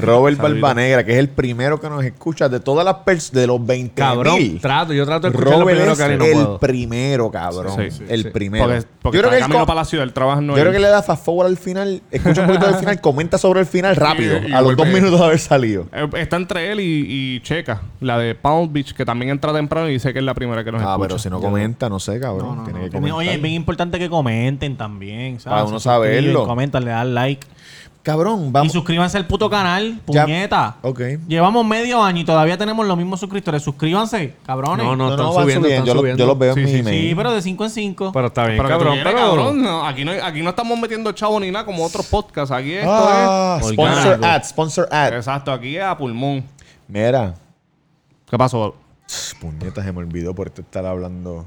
S1: Robert Barbanegra, que es el primero que nos escucha de todas las personas, de los 20
S6: Cabrón, trato. Yo trato de escuchar lo
S1: Robert
S6: primero
S1: es
S6: que Ale no
S1: el
S6: puedo.
S1: primero, cabrón.
S5: Sí, sí,
S1: el
S5: sí.
S1: primero.
S5: Porque, porque
S1: yo creo que él
S5: camino
S1: co-
S5: para la ciudad, el trabajo no
S1: yo creo
S5: es-
S1: que le da fast forward al final, escucha un poquito del
S2: *laughs*
S1: final, comenta sobre el final rápido,
S5: Y- y
S1: a los dos
S5: vuelve-
S1: minutos de haber salido.
S5: Eh, Está entre él y, y Checa, la de Pound Beach, que también entra temprano y dice que es la primera que nos
S1: Ah,
S5: escucha.
S1: pero si no comenta, no sé, cabrón.
S2: No, no,
S1: Tiene
S2: no.
S1: que comentar.
S2: Oye, es bien importante que comenten también. ¿sabes?
S1: Para uno
S2: Se suscriben,
S1: saberlo.
S2: Comentan, le dan like.
S1: Cabrón,
S2: Y
S1: vamos.
S2: suscríbanse al puto canal,
S1: Ya.
S2: puñeta.
S1: Ok.
S2: Llevamos medio año y todavía tenemos los mismos suscriptores. Suscríbanse, cabrones.
S6: No, no,
S1: No, no,
S6: están
S1: van
S6: subiendo, están
S1: yo, lo-
S6: subiendo.
S1: yo los veo en mi email.
S2: Sí, pero de 5 en 5.
S6: Pero está bien,
S5: Pero que
S6: cabrón.
S5: tú
S6: Pero,
S5: quieres, cabrón, no, aquí, no, aquí no estamos metiendo chavo ni nada como otros podcasts. Aquí esto
S1: Ah, sponsor
S6: Orgánico.
S1: ad, sponsor
S5: es.
S1: ad.
S5: Exacto, aquí es a pulmón.
S1: Mira,
S5: ¿Qué pasó?
S1: puñetas, se me olvidó por estar hablando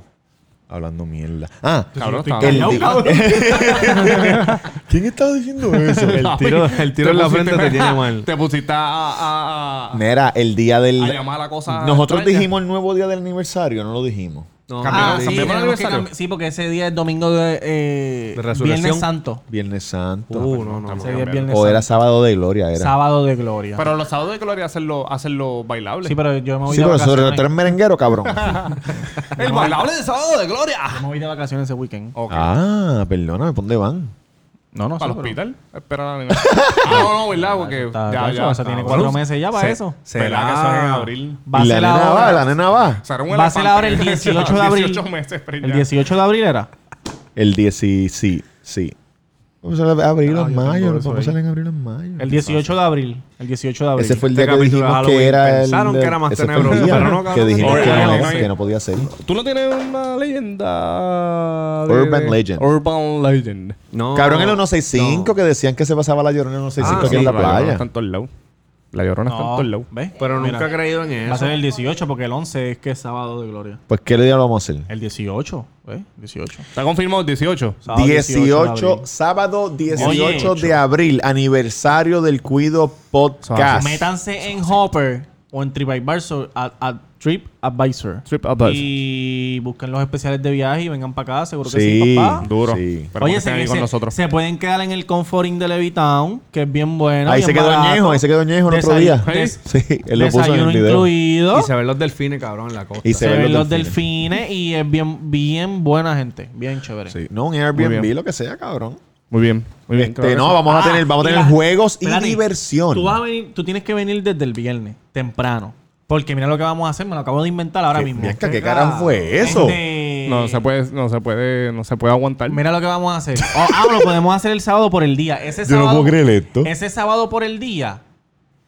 S1: hablando mierda. Ah,
S5: Cabrón,
S1: el
S5: estaba-
S1: di-
S5: Callao,
S1: *laughs* ¿Quién estaba diciendo
S5: *laughs*
S1: eso?
S6: El tiro, el tiro
S5: Te
S6: en la
S5: pusiste-
S6: frente te tiene mal.
S5: Te pusiste a, a- a-
S1: Mira, el día del
S5: a llamar a la cosa.
S1: Nosotros
S5: extraña.
S1: dijimos el nuevo día del aniversario, no lo dijimos.
S6: No,
S2: Ah,
S5: Cambiamos-
S2: sí,
S5: cambiamos el
S2: tenemos que
S5: aniversario.
S2: cambi- sí, porque ese día es domingo de, eh,
S6: De resurrección.
S2: Viernes Santo.
S1: Viernes Santo.
S6: Uh, no, no.
S2: Ese día es Viernes
S1: o era
S2: Santo.
S1: sábado de gloria, era.
S2: Sábado de Gloria.
S5: Pero los sábados de gloria hacerlo, hacerlo bailable.
S2: sí, pero yo me voy
S1: sí,
S2: de
S1: pero sobre
S2: vacaciones.
S1: todo eres merenguero, cabrón.
S5: El bailable de sábado de gloria.
S2: Yo me voy de vacaciones ese weekend.
S5: Ok.
S1: ah, perdóname, ¿por dónde van?
S2: No, no, sí,
S5: ¿Para el
S2: pero-
S5: hospital? Espera la animación. ah, *laughs* no, no, ¿verdad? Porque
S2: Está-
S5: ya,
S2: está-
S5: ya.
S2: eso tiene
S5: está.
S2: cuatro
S5: Bueno,
S2: meses ya para eso.
S5: ¿Verdad que eso es en abril?
S2: Va a
S1: Y la
S2: ser
S1: nena
S2: ahora.
S1: va, la nena va.
S5: O sea, era un
S2: Va a ser
S5: elefante.
S2: ahora el
S5: *laughs*
S2: 18 de abril.
S5: 18 meses, pero
S2: El
S5: ya.
S2: 18 de abril era.
S1: El 10, sí, sí, sí. Vamos a sale abril
S5: Ah,
S1: o
S5: yo
S1: mayo.
S5: tengo
S1: Vamos
S5: eso
S1: a
S5: ahí.
S1: salir en abril o en mayo.
S2: El 18 de abril. El 18 de abril.
S1: Ese fue el
S6: Este
S1: día que
S6: capítulo de
S1: dijimos que
S6: Halloween
S1: era
S6: pensaron
S1: el,
S6: que era más
S1: ese fue el
S6: tenebroso,
S1: día
S6: pero no, cabrón,
S1: que dijimos
S5: no,
S1: que
S5: no,
S1: no,
S5: no, no.
S1: que no podía ser.
S5: ¿Tú no tienes una leyenda?
S1: Urban Legend.
S5: Urban Legend.
S6: No.
S1: Cabrón, en el 165 que decían que se pasaba la llorona en el 165
S6: Ah,
S1: aquí en
S6: sí,
S1: la
S6: claro,
S1: playa.
S5: Está en todos lados. La llorona está en
S2: No,
S5: todos lados.
S2: ¿ves?
S6: Pero
S2: Mira,
S6: nunca he creído en
S2: Va a
S6: eso.
S2: ser el 18 porque el 11 es que es sábado de gloria.
S1: Pues, ¿qué le diablo vamos a hacer?
S2: El 18, ¿eh? 18.
S5: Está confirmado el 18.
S2: Sábado
S1: 18,
S2: de abril.
S1: sábado 18
S2: Oye.
S1: de abril, aniversario del Cuido Podcast.
S2: Métanse en Hopper o en TripAdvisor, a, a TripAdvisor.
S5: TripAdvisor.
S2: Y busquen los especiales de viaje y vengan para acá, seguro que sí,
S1: Sí,
S2: papá.
S1: duro.
S5: Esperemos que
S2: Oye,
S5: estén ahí
S2: se,
S5: con
S2: se-
S5: nosotros.
S2: se pueden quedar en el Comforting de Levitown, que es bien bueno.
S1: ahí
S2: bien
S1: se quedó
S2: barato.
S1: Ñejo, ahí se quedó Ñejo el otro
S2: Desay-
S1: día.
S2: des-
S1: *laughs* Sí, él lo puso en el
S2: desayuno
S1: video.
S2: incluido.
S6: Y se ven los delfines, cabrón, en la costa.
S1: Y
S2: se ven los delfines y es bien, bien buena gente. Bien chévere.
S1: Sí, No, un
S5: Muy
S1: Airbnb,
S5: bien.
S1: lo que sea, cabrón.
S5: Muy bien. Muy bien.
S1: Este, no, vamos a
S2: Ah,
S1: tener, vamos a
S2: y
S1: tener
S2: la-
S1: juegos y
S2: espérate,
S1: diversión.
S2: Tú, vas a venir, tú tienes que venir desde el viernes, temprano. Porque mira lo que vamos a hacer, me lo acabo de inventar ahora
S1: ¿Qué,
S2: mismo.
S1: Bianca, ¿qué carajo fue eso?
S2: Este,
S5: No se puede, no se puede, no se puede aguantar.
S2: Mira lo que vamos a hacer. Oh, ah, lo podemos hacer el sábado por el día. Ese
S1: Yo no
S2: sábado,
S1: puedo creer esto.
S2: Ese sábado por el día.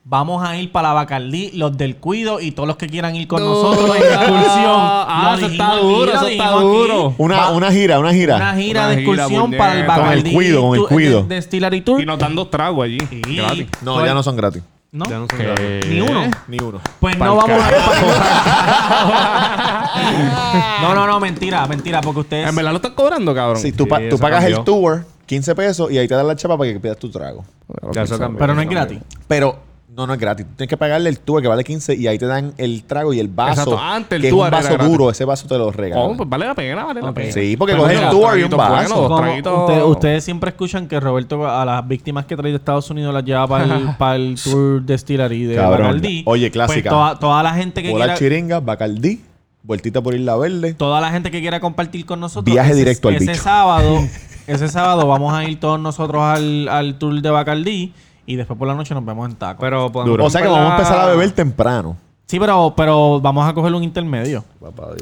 S2: Vamos a ir para la Bacardí, los del Cuido y todos los que quieran ir con *laughs* nosotros en excursión.
S5: Ah,
S2: Lo
S5: eso
S2: dijimos
S5: está duro,
S2: lo
S5: eso está
S2: dijimos
S5: duro.
S1: Una, una gira, una gira.
S2: Una gira
S5: Una
S2: de
S5: gira,
S2: excursión
S5: puñeta.
S2: para el
S5: Con el
S2: Bacardí.
S1: Cuido, con el
S2: Tour-
S1: Cuido.
S2: De, de Distillery Tour.
S5: Y nos dan dos tragos allí.
S2: Sí.
S5: Gratis.
S1: No, ya no son gratis.
S2: ¿No?
S6: Ya no sé qué.
S5: Eh,
S2: Ni uno.
S1: Ni uno.
S2: Pues
S5: Pa'l
S2: no vamos a
S5: *laughs* carajo.
S2: *laughs* No, no, no, mentira, mentira, porque ustedes.
S5: En verdad lo están cobrando, cabrón.
S1: Sí, tú, pa- tú pagas el tour, 15 pesos, y ahí te dan la chapa para que pidas tu trago.
S5: tour.
S6: Ya eso cambió.
S2: pero no es gratis.
S1: Pero no, no es gratis. Tienes que pagarle el tour que vale 15 y ahí te dan el trago y el vaso.
S5: Exacto. Antes el
S1: que es
S5: tour
S1: un
S5: era
S1: vaso
S5: gratis.
S1: duro, ese vaso te lo regalan.
S5: Oh, pues vale la pena, vale la
S2: Ok.
S5: pena.
S1: Sí, porque
S5: Pero
S1: coges
S5: mira,
S1: el tour y un
S5: traguitos buenos,
S1: vaso.
S5: dos
S2: Como
S5: traguitos-
S2: usted- ustedes siempre escuchan que Roberto a las víctimas que trae de Estados Unidos las lleva para
S6: *laughs*
S2: el, para el tour de Distillery de
S1: Cabrón.
S2: Bacardí.
S1: Oye, clásica.
S2: Pues toda, toda la gente que
S1: Bola
S2: quiera,
S1: chiringa, bacardí, vueltita por Isla Verde.
S2: toda la gente que quiera compartir con nosotros.
S1: Viaje
S2: ese-
S1: directo al
S2: ese
S1: bicho. *laughs*
S2: sábado, ese sábado vamos a ir todos nosotros al, al tour de Bacardí y después por la noche nos vemos en tacos.
S6: Pero podemos
S1: O sea que
S6: comprar
S1: vamos a
S6: la-
S1: empezar a beber temprano.
S2: Sí, pero, pero vamos a coger un intermedio.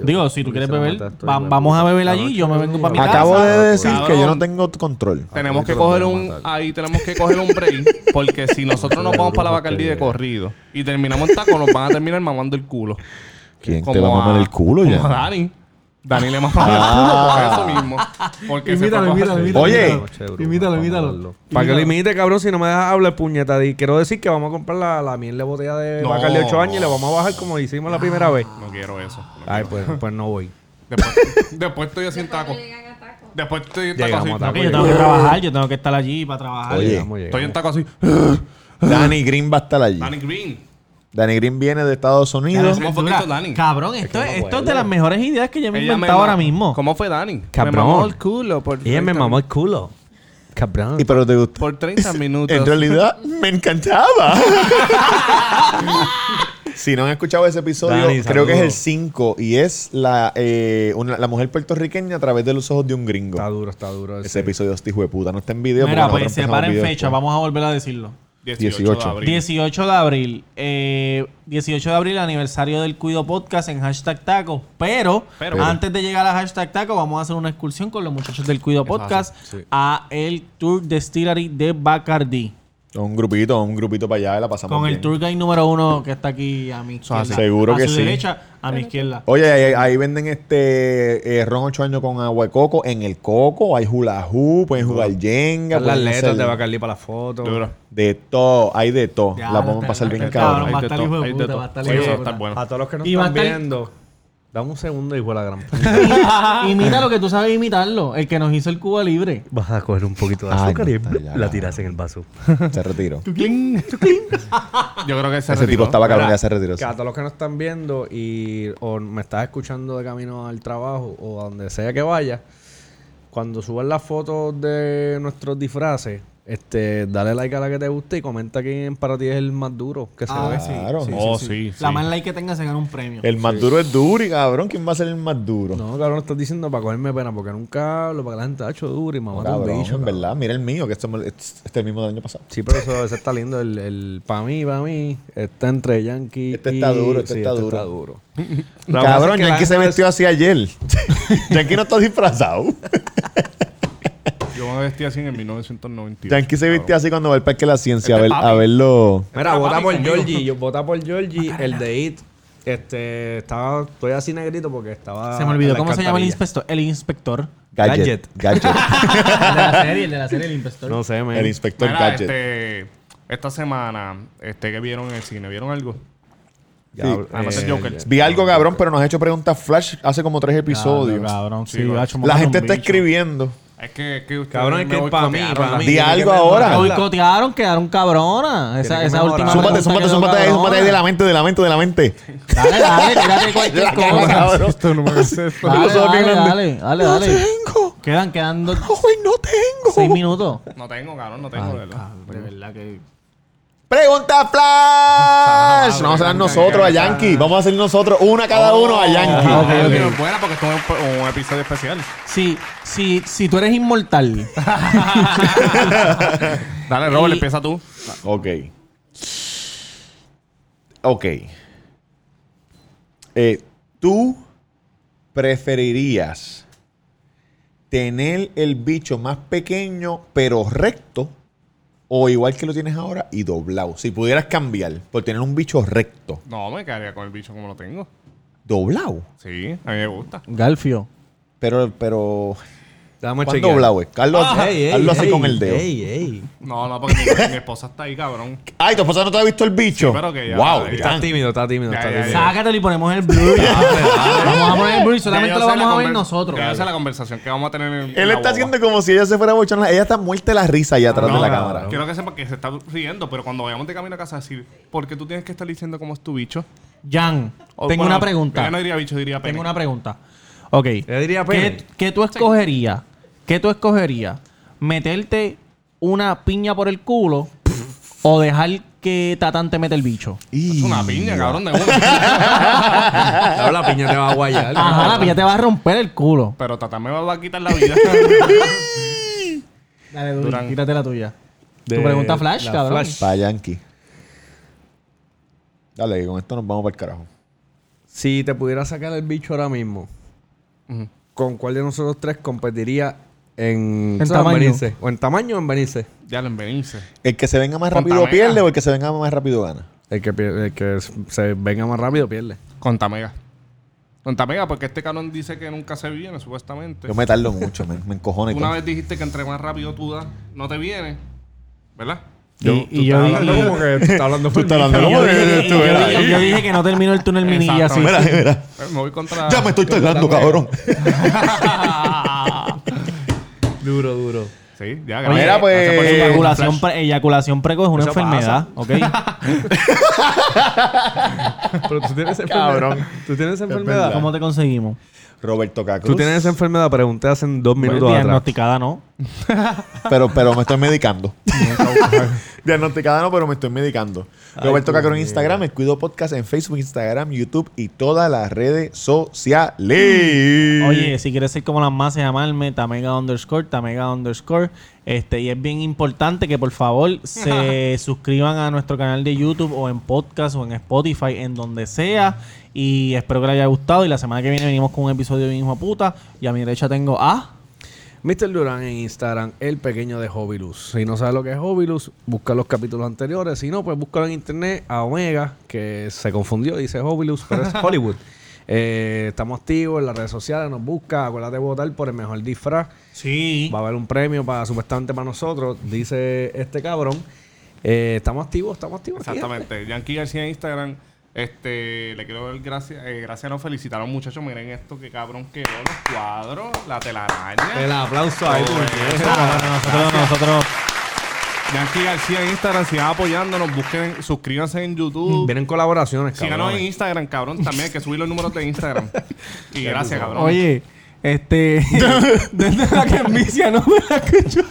S2: Digo, si tú quieres
S6: se
S2: beber,
S6: mata esto,
S2: va-
S6: hijo de
S2: vamos a
S6: puta.
S2: beber
S6: La
S2: allí.
S6: noche
S2: Yo me
S6: de
S2: vengo
S6: hoy.
S2: para mi casa.
S1: Acabo de decir
S5: cabrón.
S1: que yo no tengo control.
S5: Tenemos que
S6: Ahorita lo
S5: coger
S6: podemos
S5: un.
S6: matar.
S5: Ahí tenemos que coger un break. Porque si nosotros nos vamos para la Bacardí de corrido y terminamos en taco, nos van a terminar mamando el culo.
S1: ¿Quién te
S5: Como
S1: va a mamar el culo
S5: Como a
S1: ya? Ah.
S5: Dani. Dani le mamó el culo por eso mismo. Porque se fue para-
S1: Oye.
S6: Imítalo, imítalo. Para que lo imite, cabrón, si no me dejas hablar, puñeta. Y quiero decir que vamos a comprar la, la miel de botella de
S5: No. Ah.
S6: Bacardi de 8 años y la vamos a bajar como hicimos la primera vez.
S5: No quiero eso. no
S6: Ay,
S5: quiero.
S6: pues, pues no voy.
S5: Después, después estoy sin taco.
S4: Llegan a tacos.
S5: Después estoy en taco
S6: Llegamos
S5: así.
S6: a taco.
S2: Yo tengo que trabajar, yo tengo que estar allí para trabajar.
S1: Oye.
S6: Llegamos, llegamos.
S5: Estoy en taco así.
S1: Danny Green va a estar allí.
S5: Danny Green.
S1: Danny Green viene de Estados Unidos.
S5: ¿Cómo fue que hizo Dani?
S2: Cabrón, esto, es- esto es de las mejores ideas que yo me he
S5: Ella me
S2: inventado ahora
S5: ma-
S2: mismo.
S5: ¿Cómo fue Dani?
S6: Cabrón.
S5: Me mamó el culo por
S6: Ella me mamó el culo. Cabrón.
S1: Y pero te gustó.
S5: por 30 minutos.
S1: En realidad, me encantaba. *laughs* si no han escuchado ese episodio,
S6: Dani,
S1: creo
S6: saludos.
S1: que es el 5 y es la, eh, una- la mujer puertorriqueña a través de los ojos de un gringo.
S6: Está duro, está duro.
S1: ese
S6: ese.
S1: episodio este hijo de puta. No está en video.
S2: Mira,
S1: porque nosotros
S2: pues se
S1: empezamos
S2: para en
S1: video
S2: fecha,
S1: después.
S2: vamos a volver a decirlo.
S1: 18.
S5: de abril.
S2: 18 de abril. eh, 18 de abril, aniversario del Cuido Podcast en hashtag tacos. Pero,
S5: Pero-
S2: antes de llegar a hashtag tacos, vamos a hacer una excursión con los muchachos del Cuido Podcast a el Tour Distillery de Bacardi.
S1: Un grupito, un grupito para allá y la pasamos.
S2: Con el
S1: bien.
S2: tour guide número uno que está aquí a mi izquierda.
S1: así. Seguro
S2: a
S1: que
S2: su
S1: sí.
S2: derecha, a mi izquierda.
S1: Oye, ahí, ahí venden este eh, ron 8 años con agua de coco. En el coco hay hula hoop, pueden jugar yenga.
S5: pues,
S6: Están las
S1: pueden
S6: letras
S1: hacer
S6: de Bacardi para la foto.
S1: De todo, hay de todo.
S2: Ya,
S1: Oh, la
S2: no
S1: podemos
S2: te-
S1: pasar
S2: no
S1: bien
S2: te-
S1: cabrón.
S2: va a
S5: Ahí
S2: estar
S5: te
S2: hijo
S5: to-
S2: de
S5: ahí te
S2: puta,
S5: to-
S2: va a estar
S5: Sí,
S2: hijo de
S5: eso
S2: puta.
S5: está bueno.
S6: A todos los que nos
S2: Y va a
S6: están
S2: estar-
S6: viendo, dame un segundo, hijo de la gran puta.
S5: *laughs*
S2: Imita lo que tú sabes imitarlo. El que nos hizo el Cuba Libre.
S6: Vas a coger un poquito de
S1: Ay,
S6: azúcar
S1: no,
S6: y blup,
S1: ya,
S6: la
S1: ya.
S6: tiras en el vaso.
S1: Se retiró.
S5: Yo creo que ese,
S1: Ese tipo estaba cabrón,
S6: Mira,
S1: ya se retiró.
S6: Que a todos los que nos están viendo y o me estás escuchando de camino al trabajo o a donde sea que vaya, cuando subas las fotos de nuestros disfraces, este, dale like a la que te guste y comenta quién para ti es el más duro que se
S2: Ah,
S6: ve.
S2: sí,
S1: Claro.
S5: Oh, sí.
S2: La
S5: sí.
S2: más like que tenga se gana un premio.
S1: El más duro es Duri, cabrón. ¿Quién va a ser el más duro?
S6: No, cabrón, estás diciendo para cogerme pena, porque nunca hablo, para que la gente ha hecho duro y mamá te
S1: cabrón,
S6: un bicho.
S1: en
S6: cabrón.
S1: verdad. Mira el mío, que este es este es el mismo del año pasado.
S6: Sí, pero eso, ese está lindo. El, el para mí, para mí, está entre Yankee
S1: Este está
S6: y-
S1: duro, este
S6: sí,
S1: está duro.
S6: está duro.
S1: *laughs* *laughs* cabrón,
S6: que la
S1: Yankee se
S6: gente
S1: vestió así ayer. Yankee no está disfrazado.
S5: Yo me vestí así en el 1992.
S1: Yankee se viste así cuando va al parque de la ciencia a,
S5: Este
S1: ver,
S5: papi.
S1: a verlo.
S6: Mira,
S5: Papi,
S6: vota por
S5: conmigo.
S6: Georgie. Yo vota por
S1: Ah,
S6: Georgie, el de It. Este, estaba, estoy así negrito porque estaba.
S2: Se me
S6: en
S2: olvidó
S6: la
S2: cómo se llama el
S6: alcantarilla.
S2: inspector. El inspector.
S1: *laughs* Gadget. Gadget.
S2: El de la serie, el de la serie, el inspector.
S6: No sé,
S1: el
S6: me.
S1: inspector
S5: Mira,
S1: Gadget.
S5: este, esta semana, este, ¿qué vieron en el cine? ¿Vieron algo?
S1: Sí. eh,
S5: Además
S6: eh,
S5: del Joker.
S1: Vi algo cabrón, pero nos ha hecho preguntas flash hace como tres episodios.
S2: Claro, cabrón, sí,
S5: Sí,
S2: ha
S5: va.
S2: hecho
S1: La
S2: mamando
S1: gente
S2: un
S1: está
S2: bicho.
S1: escribiendo.
S5: Es que, es que ustedes
S6: Cabrón, es
S5: me
S6: que para mí,
S5: boicotearon
S6: para
S5: la
S6: mí.
S1: Di
S6: tiene que
S1: algo
S6: me-
S1: ahora.
S2: La boicotearon, quedaron cabronas.
S6: Tiene
S2: Esa,
S6: que
S2: esa
S6: mejorar.
S2: última.
S1: Súmate,
S2: pregunta
S1: súmate,
S2: quedó
S1: súmate ahí,
S2: cabrona.
S1: súmate ahí de la mente, de la mente, de la mente. *laughs*
S2: Dale, dale, tírate cualquier
S6: *laughs*
S1: *laughs*
S2: cosa.
S1: Cabrón.
S6: Esto no me
S2: *laughs*
S6: hace esto.
S2: Dale,
S1: Los ojos bien
S2: dale,
S1: grandes.
S2: dale, dale, dale. Quedan, quedan dos-
S1: no tengo.
S2: seis minutos.
S5: No tengo, Ah, cabrón, no tengo. de verdad.
S2: De verdad que...
S1: Pregunta flash. Vamos a dar nosotros a Yankee. Vamos a hacer nosotros una cada uno a Yankee.
S5: Ah, pero es Buena porque esto es un, un episodio especial.
S2: Si, si, si tú eres inmortal,
S5: Dale,
S2: Y-
S5: Robert, empieza tú.
S1: Ok. Ok. Eh, ¿Tú preferirías tener el bicho más pequeño pero recto o igual que lo tienes ahora y doblado? Si pudieras cambiar por tener un bicho recto,
S5: No, me quedaría con el bicho como lo tengo.
S1: doblado.
S5: Sí, a mí me gusta.
S2: Galfio.
S1: Pero, pero,
S6: Estamos
S1: ¿cuán doblado es? Carlos, hazlo así con el dedo.
S6: Ey, ey.
S5: No, no, porque mi, mi esposa está
S2: *laughs*
S5: ahí, cabrón.
S1: Ay, tu esposa no te ha visto el bicho.
S5: Sí, pero que ya-
S1: wow,
S5: ya-
S6: Está
S1: tan-
S6: tímido, está tímido.
S5: Ya,
S6: está
S5: ya,
S6: tímido.
S5: ya.
S2: Sácatelo y ponemos
S1: *laughs*
S2: el blur.
S1: Ah, pues,
S2: vamos a poner el blur y solamente
S5: Ya yo
S2: lo
S5: sé la
S2: vamos a ver
S5: conver-
S2: nosotros.
S5: Ya yo sé la conversación que vamos a tener
S1: Él
S5: en en la
S1: está
S5: guagua.
S1: haciendo como si ella se fuera bochona. Ella está muerta de la risa allá atrás
S5: No,
S1: de la
S5: no,
S1: cámara.
S5: Quiero que sepa que se está riendo, pero cuando vayamos de camino a casa, decir, ¿por qué tú tienes que estar diciendo cómo es tu bicho?
S2: Jan, tengo
S5: O, Oh, bueno,
S2: una pregunta.
S5: ella no diría bicho, diría pene.
S2: Tengo una pregunta. Ok.
S6: Yo diría pene.
S2: ¿Qué, qué tú escogerías? ¿Qué tú escogerías? ¿Meterte una piña por el culo o dejar que Tatán te mete el bicho?
S5: Es una piña, cabrón, de una. *laughs*
S6: Ahora la piña te va a guayar.
S2: Ajá, la piña te va a romper el culo.
S5: pero Tata me va a quitar la vida.
S2: Dale,
S5: Durán.
S2: quítate la tuya.
S6: De-
S2: tu pregunta flash,
S6: la
S2: cabrón.
S6: flash.
S1: Para Yankee. Dale, que con esto nos vamos para el carajo.
S6: Si te pudiera sacar el bicho ahora mismo, ¿con cuál de nosotros tres competiría en,
S2: En
S6: ¿sabes?
S2: tamaño.
S6: Venice? ¿O en tamaño o en Benice?
S5: *laughs* ya lo envenense.
S1: El que se venga más
S5: Con
S1: rápido
S5: Tamega.
S1: pierde o el que se venga más rápido gana.
S6: El que, pier- el que se venga más rápido pierde.
S5: Con Tamega. Con Tamega, porque este cabrón dice que nunca se viene, supuestamente.
S1: Yo me tardo mucho, me, me encojono y
S5: Una
S1: todo.
S5: vez dijiste que entre más rápido tú das, no te viene. ¿Verdad?
S2: Y- y yo dije-
S6: hablando como que tú estás hablando por mí.
S1: hablando
S2: y
S1: como
S2: yo
S1: que
S2: dije- y
S1: tú
S2: yo
S1: eras
S2: dije-
S1: ahí.
S2: yo dije que no terminó el túnel minilla así.
S1: Mira, mira.
S5: Eh, Me voy contra.
S1: Ya me estoy tardando, cabrón.
S6: Duro, duro.
S5: Sí, ya,
S2: Oye,
S1: Mira, pues,
S5: gracias por su pregunta,
S2: eyaculación,
S5: Flash.
S2: pre- eyaculación precoz es una
S6: Eso
S2: enfermedad,
S6: pasa.
S2: ¿ok?
S6: Pero tú tienes esa
S1: Cabrón.
S6: enfermedad. Tú tienes esa enfermedad.
S2: ¿Cómo te conseguimos?
S1: Roberto Cacruz.
S6: Tú tienes esa enfermedad, pregunté hace dos minutos atrás.
S2: Pues, Diagnosticada, ¿no?
S1: pero, pero me estoy medicando. *laughs* Diagnosticada no, pero me estoy medicando. Roberto Cacruz en Instagram, el Cuido Podcast en Facebook, Instagram, YouTube y todas las redes sociales.
S2: Oye, si quieres ser como las más, llamarme Tamega underscore, Tamega underscore. Este, y es bien importante que por favor se suscriban a nuestro canal de YouTube o en podcast o en Spotify, en donde sea. Y espero que les haya gustado. Y la semana que viene venimos con un episodio bien hijo de puta. Y a mi derecha tengo a.
S6: Mr. Durán en Instagram, el pequeño de Hobilus. Si no sabes lo que es Hobilus, busca los capítulos anteriores. Si no, pues búscalo en internet a Omega, que se confundió, dice Hobilus, pero es Hollywood. Eh, estamos activos en las redes sociales, nos busca. Acuérdate de votar por el mejor disfraz.
S2: Sí.
S6: Va a haber un premio para supuestamente para nosotros, dice este cabrón. Eh, estamos activos, estamos activos.
S5: Exactamente. Yankee García en Instagram. Este, le quiero dar gracias. eh, gracias, nos felicitaron, muchachos. Miren esto, que cabrón quedó. Los cuadros, la telaraña.
S6: El aplauso a él.
S5: Todo eso.
S2: Nosotros, nosotros.
S5: Yankee García en Instagram, sigan apoyándonos. Busquen, suscríbanse en YouTube.
S6: Vienen colaboraciones,
S5: Síganos en
S6: cabrones.
S5: Instagram, cabrón. También hay que subir los números de Instagram. Y gracias, cabrón.
S2: Oye, este. Desde la que envidia no me la escucho.